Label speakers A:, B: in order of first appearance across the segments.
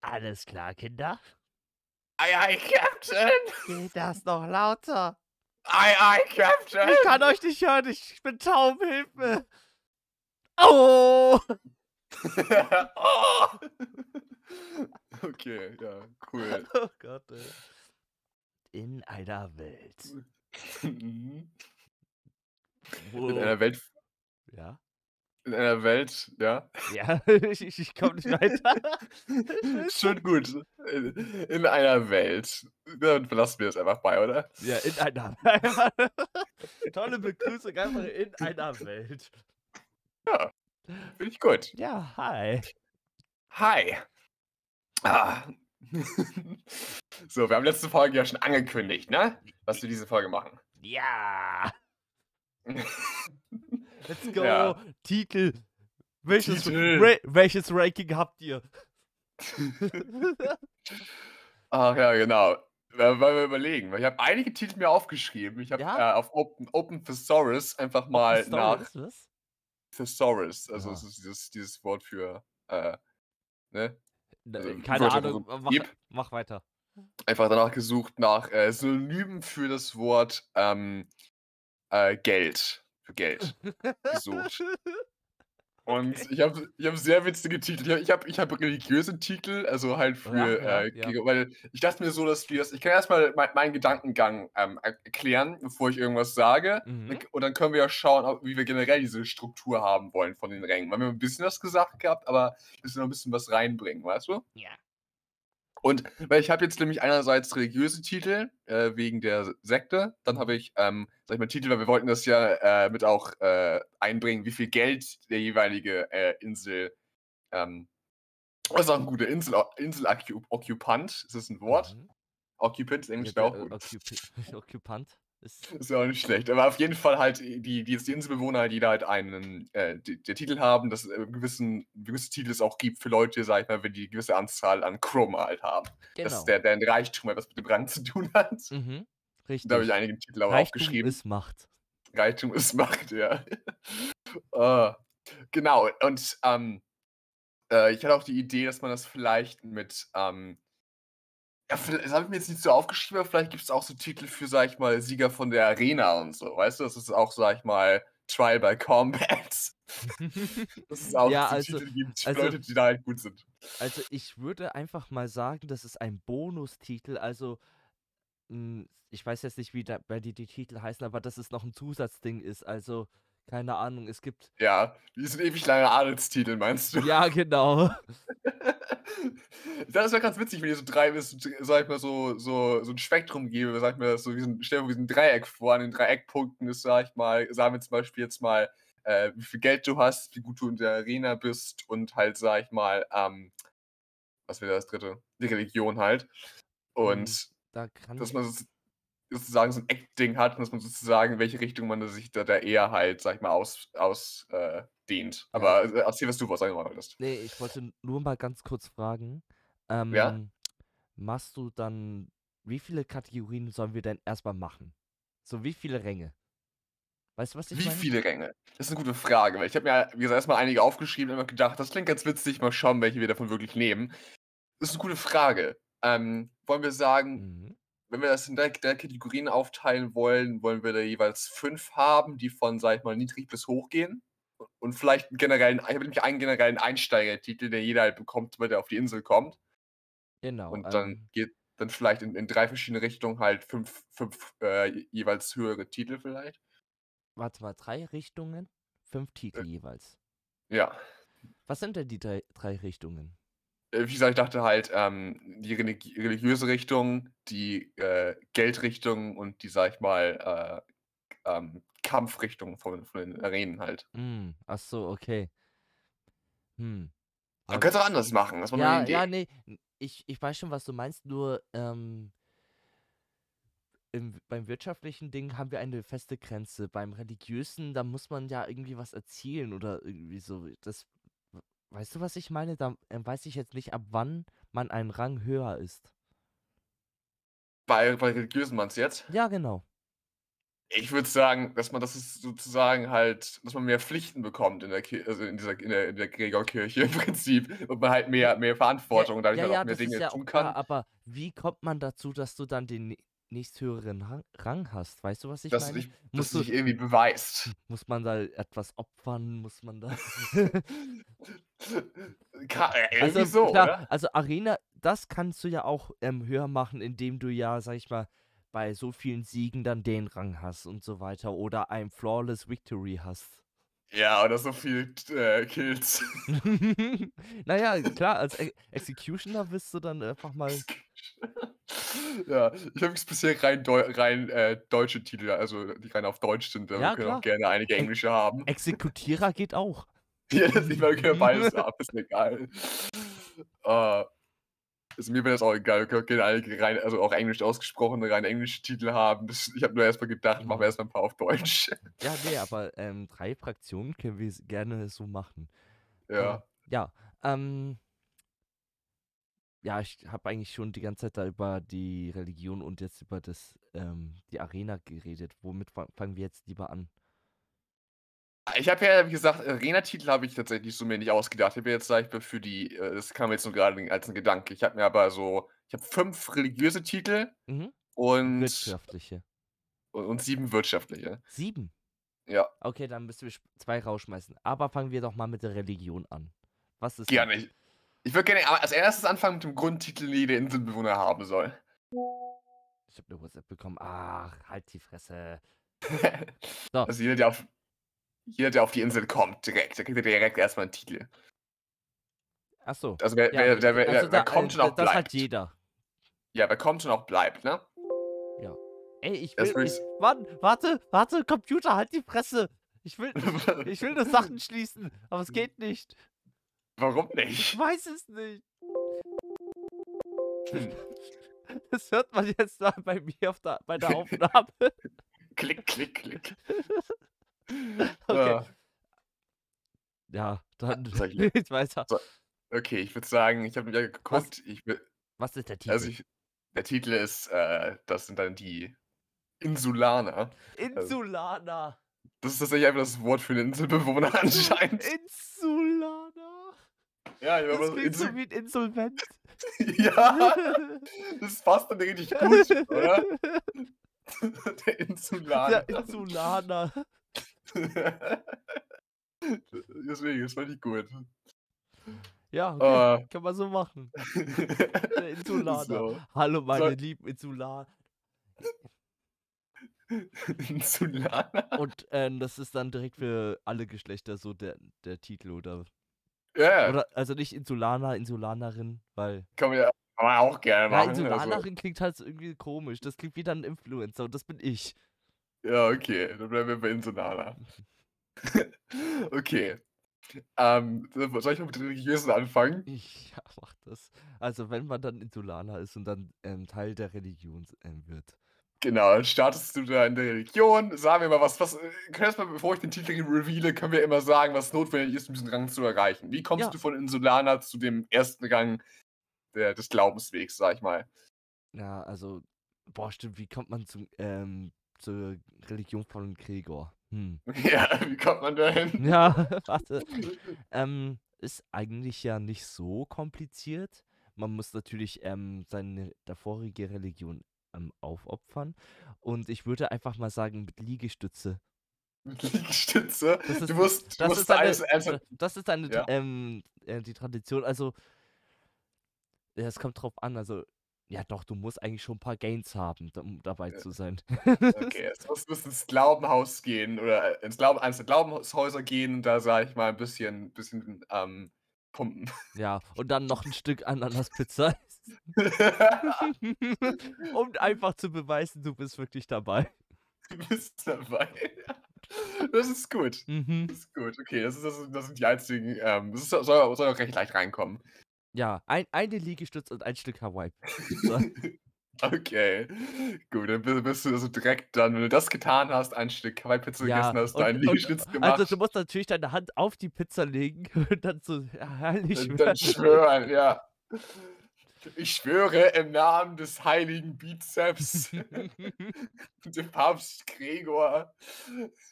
A: Alles klar, Kinder?
B: Ei, ei, Captain!
A: Geht das noch lauter?
B: Ei, ei, Captain!
A: Ich kann euch nicht hören, ich bin taub, Hilfe! Oh!
B: oh! Okay, ja, cool.
A: Oh Gott, ey. In einer Welt.
B: Mhm.
A: Wo,
B: In einer Welt,
A: ja?
B: in einer Welt, ja.
A: Ja, ich, ich, ich komme nicht weiter.
B: Schön gut. In, in einer Welt. Dann belassen wir es einfach bei, oder?
A: Ja, in einer Welt. Tolle Begrüßung, einfach in einer Welt.
B: Finde ich gut.
A: Ja, hi.
B: Hi. Ah. so, wir haben letzte Folge ja schon angekündigt, ne? Was wir diese Folge machen.
A: Ja, let's go.
B: Ja.
A: Titel. Welches,
B: Titel.
A: Ra welches Ranking habt ihr?
B: Ach ja, genau. Da wollen wir überlegen. weil Ich habe einige Titel mir aufgeschrieben. Ich habe
A: Ja?
B: äh, auf Open, Open Thesaurus einfach mal
A: Open
B: nach
A: Stories, was?
B: Thesaurus. Also
A: Ja.
B: es ist dieses, dieses Wort für äh, ne?
A: Na,
B: Also,
A: Keine
B: Wörter,
A: Ahnung,
B: also,
A: mach, e
B: yep.
A: mach weiter.
B: einfach danach gesucht nach äh, Synonymen für das Wort ähm, äh, Geld. Für Geld gesucht. Und ich habe ich hab sehr witzige Titel. Ich habe ich hab religiöse Titel, also halt für.
A: ja,
B: äh,
A: ja.
B: gegen- Weil ich dachte mir so, dass wir das. Ich kann erstmal mein, meinen Gedankengang ähm, er- erklären, bevor ich irgendwas sage. Dann
A: Mhm.
B: k- Und dann können wir ja schauen, ob, wie wir generell diese Struktur haben wollen von den Rängen. Weil wir haben ein bisschen was gesagt gehabt, aber wir müssen noch ein bisschen was reinbringen, weißt du?
A: Ja.
B: Und weil ich habe jetzt nämlich einerseits religiöse Titel äh, wegen der Sekte, dann habe ich, ähm, sag ich mal, Titel, weil wir wollten das ja äh, mit auch äh, einbringen, wie viel Geld der jeweilige äh, Insel, ähm, das ist auch ein guter Insel, Insel-Occupant, ist das ein Wort?
A: Mhm.
B: Occupant ist Englisch
A: Ja,
B: ja, auch
A: äh,
B: gut.
A: Occupi- Occupant ist.
B: Ist ja auch nicht schlecht. Aber auf jeden Fall halt, die, die, die Inselbewohner, halt jeder halt einen, äh, die, der Titel haben, dass äh, gewissen, gewisse Titel es auch gibt für Leute, sag ich mal, wenn die gewisse Anzahl an Chrome halt haben.
A: Genau.
B: Dass der, deren Reichtum etwas mit dem Rang zu tun hat.
A: Mhm.
B: Da habe ich
A: Richtig.
B: einige Titel aber
A: Reichtum
B: aufgeschrieben.
A: ist Macht.
B: Reichtum ist Macht, ja. äh, genau, und ähm, äh, ich hatte auch die Idee, dass man das vielleicht mit, ähm, ja, vi- das habe ich mir jetzt nicht so aufgeschrieben, aber vielleicht gibt es auch so Titel für, sag ich mal, Sieger von der Arena und so, weißt du? Das ist auch, sag ich mal, Trial by Combat. Das ist auch
A: Ja,
B: so
A: also-
B: Titel gibt für
A: also-
B: Leute, die da halt gut sind.
A: Also ich würde einfach mal sagen, das ist ein Bonustitel. Also m, ich weiß jetzt nicht, wie da, bei dir die Titel heißen, aber dass es noch ein Zusatzding ist. Also keine Ahnung, es gibt...
B: Ja, die sind ewig lange Adelstitel, meinst du?
A: Ja, genau.
B: Das wäre ganz witzig, wenn ihr so drei, so- sag ich mal, so, so, so ein Spektrum gäbe, sag ich mal, so wie so ein, stell dir vor, wie so ein Dreieck vor, an den Dreieckpunkten ist, sag ich mal, sagen wir zum Beispiel jetzt mal, äh, wie viel Geld du hast, wie gut du in der Arena bist und halt, sag ich mal, ähm, was wäre das dritte? Die Religion halt. Und
A: Da kann
B: dass
A: ich...
B: man so- sozusagen so ein Eckding hat und dass man sozusagen, in welche Richtung man sich da, da eher halt, sag ich mal, aus, aus äh, dehnt. Aber äh, erzähl, was du was sagen wolltest.
A: Nee, ich wollte nur mal ganz kurz fragen. Ähm,
B: Ja?
A: Machst du dann... Wie viele Kategorien sollen wir denn erstmal machen? So wie viele Ränge? Weißt du, was ich
B: Wie
A: meine?
B: viele Ränge? Das ist eine gute Frage, weil ich habe mir, wie gesagt, erstmal einige aufgeschrieben und immer gedacht, das klingt ganz witzig, mal schauen, welche wir davon wirklich nehmen. Das ist eine gute Frage. Ähm, wollen wir sagen,
A: Mhm.
B: wenn wir das in drei, drei Kategorien aufteilen wollen, wollen wir da jeweils fünf haben, die von, sag ich mal, niedrig bis hoch gehen? Und vielleicht einen generellen, ich habe nämlich einen generellen Einsteigertitel, der jeder halt bekommt, wenn er auf die Insel kommt.
A: Genau.
B: Und
A: ähm,
B: dann geht dann vielleicht in, in drei verschiedene Richtungen halt fünf, fünf äh, jeweils höhere Titel vielleicht.
A: warte mal, drei Richtungen, fünf
B: Äh,
A: Titel jeweils.
B: Ja.
A: Was sind denn die drei, drei Richtungen?
B: äh, wie gesagt, ich dachte halt, ähm, die religi religiöse Richtung, die äh, Geldrichtung und die, sag ich mal, äh, ähm, Kampfrichtung von, von den Arenen halt.
A: Hm, ach so, okay. Hm.
B: Man
A: Aber-
B: könnte es auch anders machen, das war nur
A: Ja,
B: eine Idee.
A: ja, nee. n- Ich, ich weiß schon, was du meinst, nur ähm, im, beim wirtschaftlichen Ding haben wir eine feste Grenze. Beim religiösen, da muss man ja irgendwie was erzielen oder irgendwie so. Das, weißt du, was ich meine? Da äh, weiß ich jetzt nicht, ab wann man einen Rang höher ist.
B: Bei, bei religiösen Manns jetzt.
A: Ja, genau.
B: Ich würde sagen, dass man das ist sozusagen halt, dass man mehr Pflichten bekommt in der, Ki also in dieser, in der, in der Gregorkirche im Prinzip und man halt mehr, mehr Verantwortung und dadurch
A: ja,
B: halt
A: ja,
B: auch mehr
A: das ist
B: Dinge
A: ja auch
B: tun kann.
A: klar, aber wie kommt man dazu, dass du dann den nä- nächsthöheren Rang, Rang hast? Weißt du, was ich
B: dass du
A: meine?
B: dich, dass
A: Musst
B: du
A: du,
B: dich irgendwie beweist.
A: muss man da etwas opfern? Muss man da.
B: Ka- äh, irgendwie
A: also,
B: so,
A: klar,
B: oder?
A: also Arena, das kannst du ja auch ähm, höher machen, indem du ja, sag ich mal, bei so vielen Siegen dann den Rang hast und so weiter oder ein Flawless Victory hast.
B: Ja, oder so viel äh, Kills.
A: naja, klar, als E- Executioner bist du dann einfach mal.
B: ja, ich habe jetzt bisher rein, Deu rein äh, deutsche Titel, also die rein auf Deutsch sind, aber wir
A: Ja,
B: können auch
A: klar.
B: gerne einige
A: Ex
B: englische haben.
A: Exekutierer geht auch.
B: Ja, das- ich meine, wir können beides haben, ist mir egal. Äh, also mir wäre das auch egal, wir können auch gerne einige rein, also auch englisch ausgesprochene, rein englische Titel haben. Das, ich habe nur erstmal gedacht, machen wir
A: Genau.
B: erstmal ein paar auf Deutsch.
A: Ja, nee, aber ähm, drei Fraktionen können wir s- gerne so machen. Ähm,
B: ja.
A: ja, ähm, ja, ich habe eigentlich schon die ganze Zeit da über die Religion und jetzt über das, ähm, die Arena geredet. Womit fa fangen wir jetzt lieber an?
B: Ich habe ja, wie gesagt, Arena-Titel habe ich tatsächlich so mir nicht ausgedacht. Ich habe jetzt, sag ich mal, für die, äh, das kam jetzt nur gerade als ein Gedanke. Ich habe mir aber so, ich habe fünf religiöse Titel
A: Mhm.
B: und,
A: Wirtschaftliche.
B: und, und sieben wirtschaftliche.
A: Sieben.
B: Ja,
A: Okay, dann müssen wir sp- zwei rausschmeißen. Aber fangen wir doch mal mit der Religion an. Was ist das?
B: gerne. Ich, ich würde gerne als erstes anfangen mit dem Grundtitel, den jeder Inselbewohner haben soll.
A: Ich habe eine WhatsApp bekommen. Ach, halt die Fresse. So.
B: also jeder der, auf, jeder, der auf die Insel kommt, direkt, der kriegt ja direkt erstmal einen Titel.
A: Ach so.
B: Also wer,
A: Ja,
B: wer, der,
A: richtig.
B: wer,
A: Also
B: wer wer
A: da,
B: kommt
A: äh,
B: und
A: da-
B: auch
A: das hat
B: bleibt.
A: jeder.
B: Ja, wer kommt und auch bleibt, ne?
A: Ja. Ey, ich will.
B: Das würde
A: Ich, Mann, warte, warte, Computer, halt die Fresse. Ich will, ich, ich will nur Sachen schließen, aber es geht nicht.
B: Warum
A: Ich
B: nicht?
A: weiß es nicht.
B: Hm.
A: Das hört man jetzt da bei mir auf der, bei der Aufnahme.
B: Klick, klick, klick.
A: Okay.
B: Ah,
A: Ja, dann
B: soll ich,
A: geht's weiter.
B: so, okay, ich würde sagen, ich habe ja
A: Was,
B: geguckt. Ich, wür-
A: was ist der
B: also
A: Titel?
B: ich, der Titel ist, äh, das sind dann die Insulaner. Also,
A: Insulana.
B: das ist tatsächlich einfach das Wort für einen Inselbewohner anscheinend.
A: Insulana.
B: also Ja, ich
A: Das
B: meine,
A: klingt so
B: Insel.
A: wie ein Insolvent.
B: Ja, das passt dann richtig gut, oder? Der Insulaner.
A: Der Insulana.
B: Deswegen, das fand ich gut.
A: Ja, okay.
B: Äh,
A: Kann man so machen. Der Insulaner.
B: so.
A: Hallo, meine
B: so.
A: lieben Insulaner.
B: Insulaner.
A: Und ähm, das ist dann direkt für alle Geschlechter so der, der Titel, oder?
B: Ja,
A: Oder, also nicht Insulaner, Insulanerin, weil.
B: kann man ja kann man auch gerne
A: Ja,
B: machen. Also,
A: Insulanerin klingt halt so irgendwie komisch. Das klingt wie dann ein Influencer und das bin ich.
B: ja, okay, dann bleiben wir bei Insulaner. Okay. Ähm, soll ich mal mit religiösen anfangen?
A: Ich ja, mach das. Also, wenn man dann Insulaner ist und dann ähm, Teil der Religion ähm, wird.
B: Genau, dann startest du da in der Religion. Sagen wir mal, was, was, äh, können erst mal, bevor ich den Titel reveale, können wir immer sagen, was notwendig ist, um diesen Rang zu erreichen. Wie kommst
A: Ja,
B: du von Insulaner zu dem ersten Rang der, des Glaubenswegs, sag ich mal?
A: ja, also, boah, stimmt, wie kommt man zum, ähm, zur Religion von Gregor? Hm.
B: Ja, wie kommt man da hin?
A: Ja, warte.
B: Mhm.
A: Ähm, ist eigentlich ja nicht so kompliziert. Man muss natürlich ähm, seine davorige Religion ähm, aufopfern. Und ich würde einfach mal sagen, mit Liegestütze.
B: Liegestütze.
A: Das
B: Du
A: ist,
B: musst, du
A: das ist
B: musst alles
A: eine,
B: einzeln.
A: da- das ist eine, Tra-
B: Ja.
A: ähm, äh, die Tradition. Also, ja, es kommt drauf an. Also, ja, doch, du musst eigentlich schon ein paar Gains haben, da- um dabei
B: Ja,
A: zu sein.
B: Okay, es muss, muss ins Glaubenhaus gehen oder ins Glauben, eines der Glaubenshäuser gehen und da, sag ich mal, ein bisschen, bisschen ähm, pumpen.
A: Ja, und dann noch ein Stück Ananaspizza. um einfach zu beweisen, du bist wirklich dabei.
B: Du bist dabei. Das ist gut.
A: Mhm.
B: Das ist gut. Okay, das, ist, das, sind- das sind die einzigen. Ähm, das ist, soll, soll auch recht leicht reinkommen.
A: Ja, ein, eine Liegestütz und ein Stück Hawaii-Pizza.
B: okay. Gut, dann bi- bist du also direkt dann, wenn du das getan hast, ein Stück Hawaii-Pizza gegessen
A: Ja,
B: hast,
A: und,
B: deinen
A: und
B: Liegestütz
A: also du
B: gemacht,
A: musst natürlich deine Hand auf die Pizza legen und dann so herrlich
B: dann, dann
A: werden.
B: schwören, ja. Ich schwöre im Namen des heiligen Bizeps, dem Papst Gregor,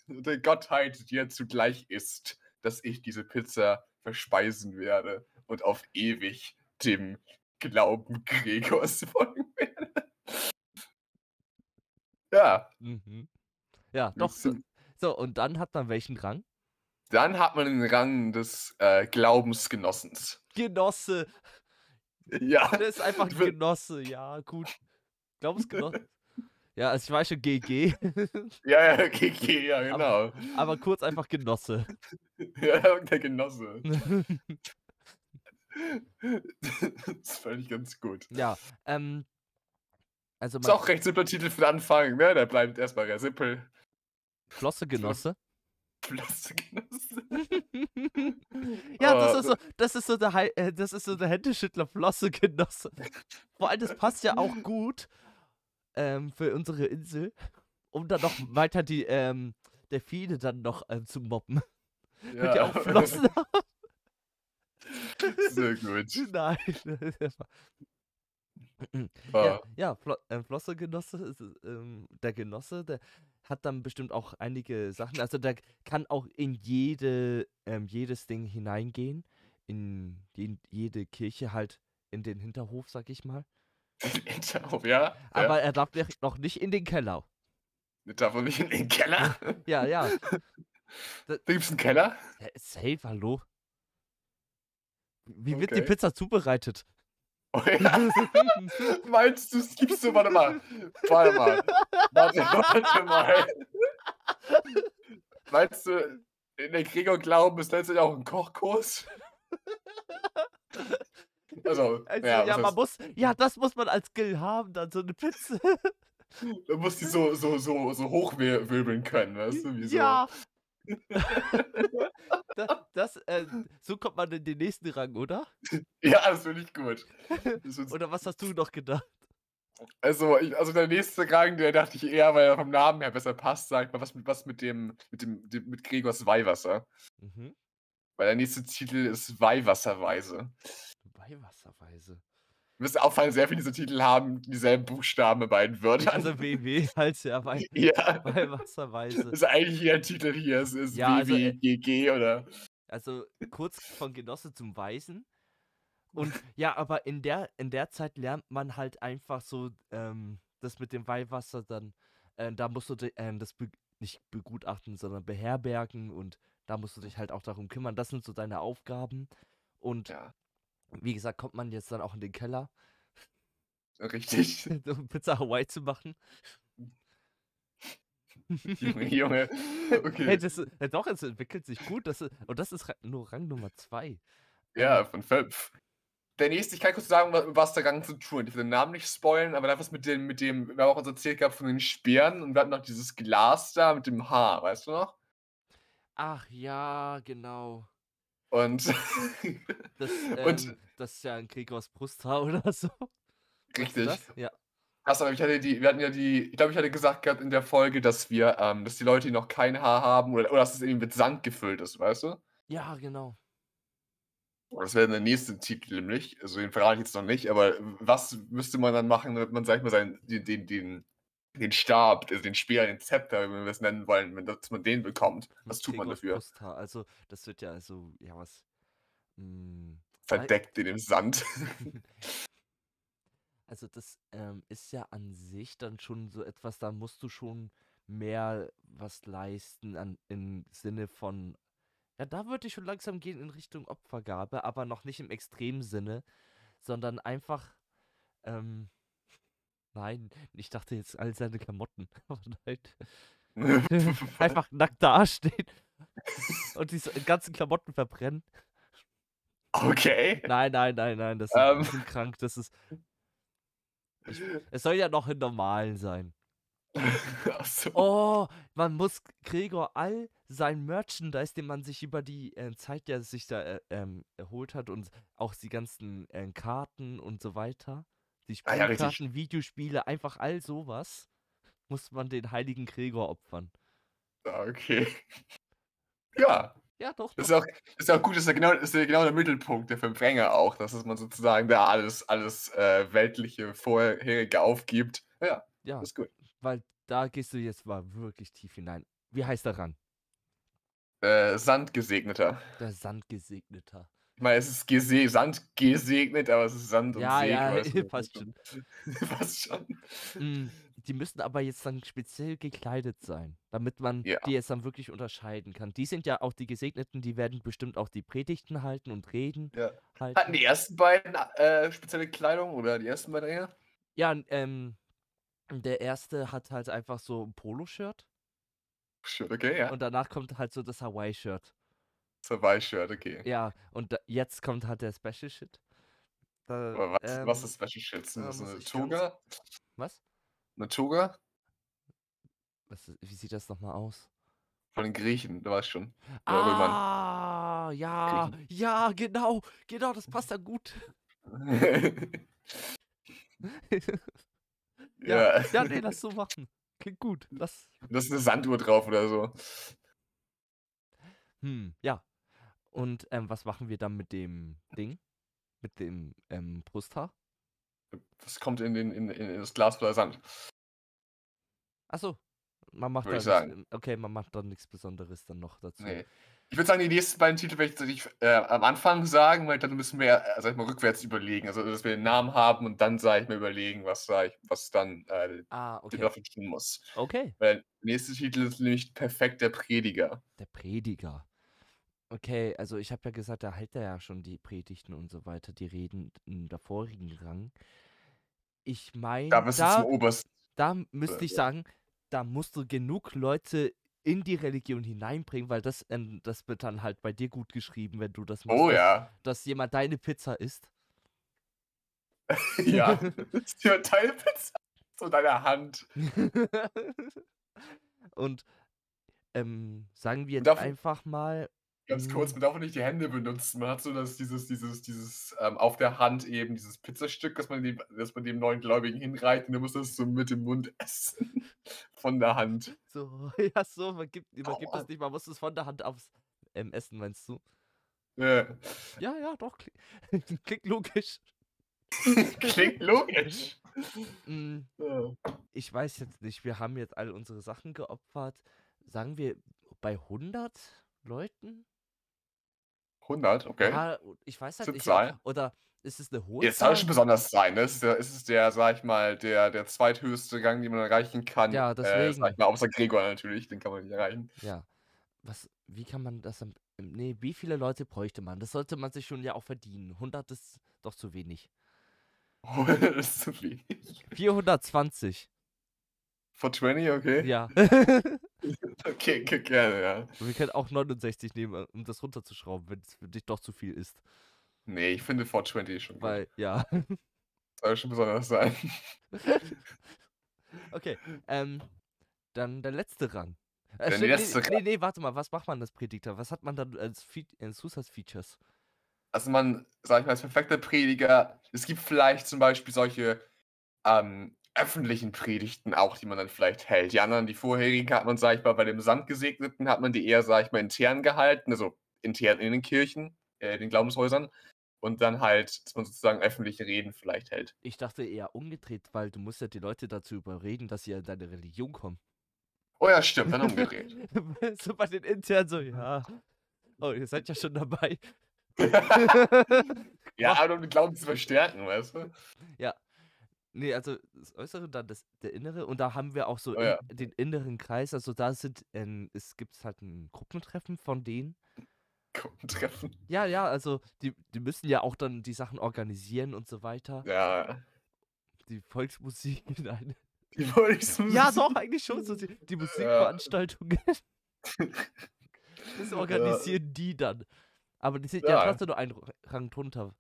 B: der Gottheit, die er zugleich ist, dass ich diese Pizza verspeisen werde und auf ewig dem Glauben Gregors folgen werde. Ja,
A: Mhm. Ja, doch. So,
B: sind-
A: so, und dann hat man welchen Rang?
B: dann hat man den Rang des äh, Glaubensgenossens.
A: Genosse.
B: Ja.
A: Der ist einfach ein
B: Wird-
A: Genosse. Ja, gut. Glaubensgenosse. Ja, also ich weiß schon GG,
B: Ja, ja, GG, ja, genau.
A: Aber- aber kurz einfach Genosse.
B: Ja, der Genosse. das fand ich ganz gut.
A: ja, ähm. Also
B: Ist
A: man
B: auch recht simpler Titel für den Anfang, ne? Der bleibt erstmal sehr simpel.
A: Flosse Genosse.
B: Blasse Genosse.
A: ja, das
B: Äh,
A: ist so, das ist so der, Hei- äh, das ist so der Händeschüttler Flosse Genosse. Vor allem, das passt ja auch gut ähm, für unsere Insel, um dann noch weiter die ähm, Delfine dann noch ähm, zu mobben. Mit ja auch Flossen haben.
B: Sehr gut.
A: Nein.
B: Ah, Oh,
A: Ja, ja Flo äh, Flosse Genosse, ist, es, ähm, der Genosse, der hat dann bestimmt auch einige Sachen. Also der kann auch in jede, ähm, jedes Ding hineingehen, in die, jede Kirche halt in den Hinterhof, sag ich mal.
B: Hinterhof, ja.
A: Aber er darf nicht- noch nicht in den Keller.
B: ja. Davon nicht in den Keller.
A: Ja, ja.
B: Da gibt's einen Keller.
A: Hä, Safe, hallo. Wie wird die
B: Okay.
A: Pizza zubereitet? Also,
B: Oh, ja. Meinst du, es gibt so, warte mal. Warte mal. Warte, warte mal. Meinst du, in der Gregor Glauben ist letztlich auch ein Kochkurs? Also,
A: Also,
B: ja,
A: ja,
B: was
A: man muss, ja, das muss man als Skill haben, dann so eine Pizza.
B: heißt, man muss die so, so, so, so hochwirbeln können, weißt du? Wie so.
A: Ja. da, das, äh, so kommt man in den nächsten Rang, oder?
B: Ja, das finde ich gut. Das wird-
A: Oder was hast du noch gedacht?
B: Also, ich, also der nächste Rang, der dachte ich eher, weil er vom Namen her besser passt, sagt mal was mit, was mit dem, mit dem, dem mit Gregors Weihwasser.
A: Mhm.
B: Weil der nächste Titel ist Weihwasserweise.
A: Weihwasserweise.
B: Mir ist auffallen, sehr viele dieser Titel haben dieselben Buchstaben in beiden Wörtern.
A: Also WW halt ja Weih
B: ja.
A: Weihwasserweise.
B: Das ist eigentlich jeder Titel hier. Es ist
A: Ja, also, äh,
B: WWGG oder.
A: Also kurz von Genosse zum Weisen. Und ja, aber in der, in der Zeit lernt man halt einfach so ähm, das mit dem Weihwasser dann. Äh, da musst du di- ähm, das be nicht begutachten, sondern beherbergen und da musst du dich halt auch darum kümmern. Das sind so deine Aufgaben. Und
B: Ja,
A: wie gesagt, kommt man jetzt dann auch in den Keller,
B: richtig.
A: um Pizza Hawaii zu machen.
B: Junge, Junge. Okay.
A: Hey, das, ist- äh, doch, es entwickelt sich gut. Das ist, und das ist Ra- nur Rang Nummer 2.
B: Ja, von fünf. Der nächste, ich kann kurz sagen, wa- was der Gang zu tun. hat. Ich will den Namen nicht spoilen, aber da was mit dem, mit dem, wir haben auch uns erzählt gehabt von den Speeren und wir hatten noch dieses Glas da mit dem Haar, weißt du noch?
A: Ach ja, genau.
B: Und,
A: Das,
B: und
A: ähm, das ist ja ein Krieg aus Brusthaar oder so. Meinst du
B: richtig.
A: Das? Ja.
B: Achso, aber ich hatte die, wir hatten ja die, ich glaube, ich hatte gesagt gehabt in der Folge, dass wir, ähm, dass die Leute, die noch kein Haar haben oder, oder dass es irgendwie mit Sand gefüllt ist, weißt du?
A: ja, genau.
B: Und Das wäre der nächste Titel nämlich. Also den verrate ich jetzt noch nicht, aber was müsste man dann machen, damit man, sag ich mal, seinen, den, den, den, den Stab, also den Speer, den Zepter, wenn wir es nennen wollen, wenn, dass man den bekommt? Was
A: mit
B: tut man
A: Krieg aus
B: dafür?
A: Brusthaar. Also, das wird ja also, ja, was. mm,
B: Verdeckt in dem Sand.
A: Also das ähm, ist ja an sich dann schon so etwas, da musst du schon mehr was leisten an, im Sinne von, ja, da würde ich schon langsam gehen in Richtung Opfergabe, aber noch nicht im extremen Sinne, sondern einfach, ähm, nein, ich dachte jetzt all seine Klamotten, aber nein, einfach nackt dastehen und diese ganzen Klamotten verbrennen.
B: okay.
A: Nein, nein, nein, nein, das ist
B: Ähm.
A: ein bisschen krank, das ist, es soll ja noch in normalen sein.
B: Achso.
A: Oh, man muss Gregor all sein Merchandise, den man sich über die äh, Zeit, der sich da äh, ähm, erholt hat und auch die ganzen äh, Karten und so weiter, die
B: Ah ja, richtig.
A: Spielkarten, Videospiele, einfach all sowas, muss man den heiligen Gregor opfern.
B: Okay. Ah, Ja,
A: Ja, doch.
B: Das
A: doch.
B: ist auch, das ist auch gut, das ist ja genau, das ist ja genau der Mittelpunkt der Verbränge auch, dass es man sozusagen da alles, alles äh, weltliche, vorherige aufgibt. Ja,
A: ja,
B: ist gut.
A: weil da gehst du jetzt mal wirklich tief hinein. Wie heißt der Rang?
B: Äh, Sandgesegneter.
A: Der Sandgesegneter.
B: Ich meine, es ist gese Sand gesegnet, aber es ist Sand und
A: Ja,
B: Segen.
A: ja,
B: weißt
A: passt
B: du,
A: schon.
B: Passt schon.
A: Mm,
B: Mhm.
A: Die müssen aber jetzt dann speziell gekleidet sein, damit man
B: Ja.
A: die jetzt dann wirklich unterscheiden kann. Die sind ja auch die Gesegneten, die werden bestimmt auch die Predigten halten und Reden
B: Ja. Hatten
A: halten.
B: die ersten beiden äh, spezielle Kleidung oder die ersten beiden Ringe?
A: Ja, n- ähm, der erste hat halt einfach so ein Poloshirt
B: Shirt, okay, ja.
A: und danach kommt halt so das Hawaii-Shirt.
B: Survive-Shirt, halt, okay.
A: Ja, und da, jetzt kommt halt der Special Shit. Da,
B: Aber was, was
A: ähm,
B: ist Special Shirts?
A: da
B: Ist das
A: muss
B: eine
A: ich ganz-
B: Toga?
A: Was?
B: Eine Toga?
A: was? ist- Wie sieht das nochmal aus?
B: Von den Griechen, du weißt schon. Oder Römern.
A: Ah, ja, ja, genau, genau, das passt da gut.
B: ja.
A: ja, nee, lass so machen. Klingt gut. Lass.
B: Das ist eine Sanduhr drauf oder so.
A: Hm, ja. Und ähm, was machen wir dann mit dem Ding? Mit dem ähm, Brusthaar?
B: Das kommt in, den, in, in, in das Glas voller Sand.
A: Achso, man macht
B: Würde ich
A: da nichts-
B: sagen.
A: ähm, Okay, man macht dann nichts Besonderes dann noch dazu.
B: Nee. Ich würde sagen, die nächsten beiden Titel werde ich tatsächlich äh, am Anfang sagen, weil dann müssen wir, äh, sag ich mal, rückwärts überlegen. Also, dass wir den Namen haben und dann, sage ich mal, überlegen, was, sag ich, was dann äh,
A: Ah,
B: okay.
A: okay.
B: dafür tun muss.
A: Okay,
B: Weil der nächste Titel ist nämlich Perfekt der Prediger.
A: der Prediger. Okay, also ich habe ja gesagt, da hält er ja schon die Predigten und so weiter, die Reden im davorigen Rang. Ich meine,
B: Da bist du
A: da
B: zum Oberst.
A: da müsste ich
B: ja.
A: sagen, da musst du genug Leute in die Religion hineinbringen, weil das, ähm, das wird dann halt bei dir gut geschrieben, wenn du das machst,
B: Oh
A: dass,
B: ja.
A: dass jemand deine Pizza isst.
B: ja. Für Teilpizza zu deiner Hand.
A: Und ähm, sagen wir jetzt
B: Darf ich-
A: einfach mal,
B: Ganz kurz,
A: Mm.
B: man darf auch nicht die Hände benutzen. Man hat so das, dieses, dieses, dieses ähm, auf der Hand eben, dieses Pizzastück, das man dem, das man dem neuen Gläubigen hinreicht und dann muss das so mit dem Mund essen. Von der Hand.
A: so, ja so, man gibt, man gibt
B: Aua.
A: das nicht, man muss es von der Hand aufs ähm, Essen, meinst du?
B: Äh,
A: Ja, ja, doch, kli- klingt logisch.
B: klingt logisch.
A: Mm,
B: Ja.
A: ich weiß jetzt nicht, wir haben jetzt all unsere Sachen geopfert. Sagen wir bei 100 Leuten?
B: 100, okay.
A: Ja, o- ich weiß halt
B: Sind
A: nicht.
B: Zahlen?
A: ob- Oder ist es eine hohe
B: Jetzt soll
A: Zahl?
B: schon besonders sein, ne? Es ist, der, es ist der, sag ich mal, der, der zweithöchste Rang, den man erreichen kann.
A: Ja,
B: Äh, sag
A: deswegen.
B: ich mal, außer Gregor natürlich, den kann man nicht erreichen.
A: Ja. Was, wie kann man das am, ähm, nee, wie viele Leute bräuchte man? Das sollte man sich schon ja auch verdienen. 100 ist doch zu wenig.
B: das ist zu viel.
A: 420.
B: 420, okay.
A: Ja.
B: Okay, ge- gerne, ja.
A: Wir können auch 69 nehmen, um das runterzuschrauben, wenn es für dich doch zu viel ist.
B: Nee, ich finde 420 ist schon gut.
A: Weil, ja.
B: Soll schon besonders sein.
A: Okay. Ähm, dann der letzte Rang. Äh,
B: Der
A: stimmt,
B: letzte
A: nee, nee, nee, warte mal, was macht man als Prediktor? Was hat man dann als Fe äh, Zusatzfeatures?
B: Also man, sag ich mal, als perfekter Prediger, es gibt vielleicht zum Beispiel solche ähm, öffentlichen Predigten auch, die man dann vielleicht hält. Die anderen, die vorherigen hat man, sag ich mal, bei dem Sandgesegneten hat man die eher, sag ich mal, intern gehalten, also intern in den Kirchen, äh, in den Glaubenshäusern. Und dann halt, dass man sozusagen öffentliche Reden vielleicht hält.
A: Ich dachte eher umgedreht, weil du musst ja die Leute dazu überreden, dass sie in deine Religion kommen.
B: Oh ja, stimmt, dann umgedreht.
A: so bei den internen so, ja. Oh, ihr seid ja schon dabei.
B: ja, aber um den Glauben zu verstärken, weißt du?
A: nee, also das Äußere, dann das, der Innere. Und da haben wir auch so
B: Oh ja.
A: in, den inneren Kreis. Also da sind, ähm, es gibt halt ein Gruppentreffen von denen.
B: Gruppentreffen.
A: Ja, ja, also die, die müssen ja auch dann die Sachen organisieren und so weiter.
B: Ja.
A: Die Volksmusik. Nein.
B: Die Volksmusik.
A: Ja, doch, eigentlich schon. So die, die Musikveranstaltungen. Das
B: Ja.
A: organisieren die dann. Aber die sind ja,
B: Ja.
A: trotzdem nur einen R- Rang drunter.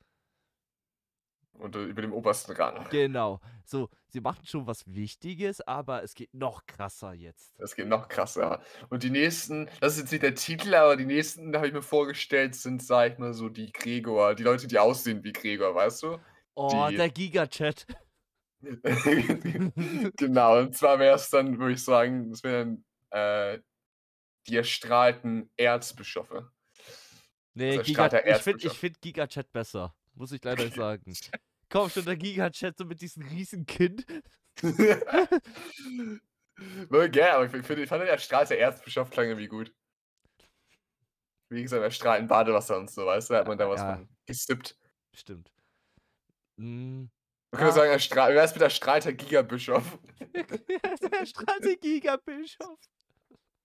B: Und äh, über dem obersten Rang.
A: Genau. So, sie machen schon was Wichtiges, aber es geht noch krasser jetzt.
B: Das geht noch krasser. Und die nächsten, das ist jetzt nicht der Titel, aber die nächsten, da habe ich mir vorgestellt, sind, sag ich mal, so die Gregor, die Leute, die aussehen wie Gregor, weißt du?
A: Oh,
B: Die-
A: der Giga-Chat.
B: genau, und zwar wäre es dann, würde ich sagen, das wären äh, die erstrahlten Erzbischöfe.
A: Nee,
B: Unser
A: Giga,
B: Staat der
A: ich finde ich
B: Erzbischof.
A: find Gigachat besser. Muss ich leider sagen. Komm schon, der Gigachat so mit diesem riesen Kind.
B: Nur gerne, aber ich, find- ich fand den Straße Erzbischof klang irgendwie gut. Wie gesagt, er strahlt in Badewasser und so, weißt du, da hat man da was
A: Ja.
B: von gesippt.
A: Stimmt. Mm.
B: Man könnte
A: Ja.
B: sagen, er strahlt, wer ist mit der strahlter Gigabischof?
A: der Strategie-Gigabischof.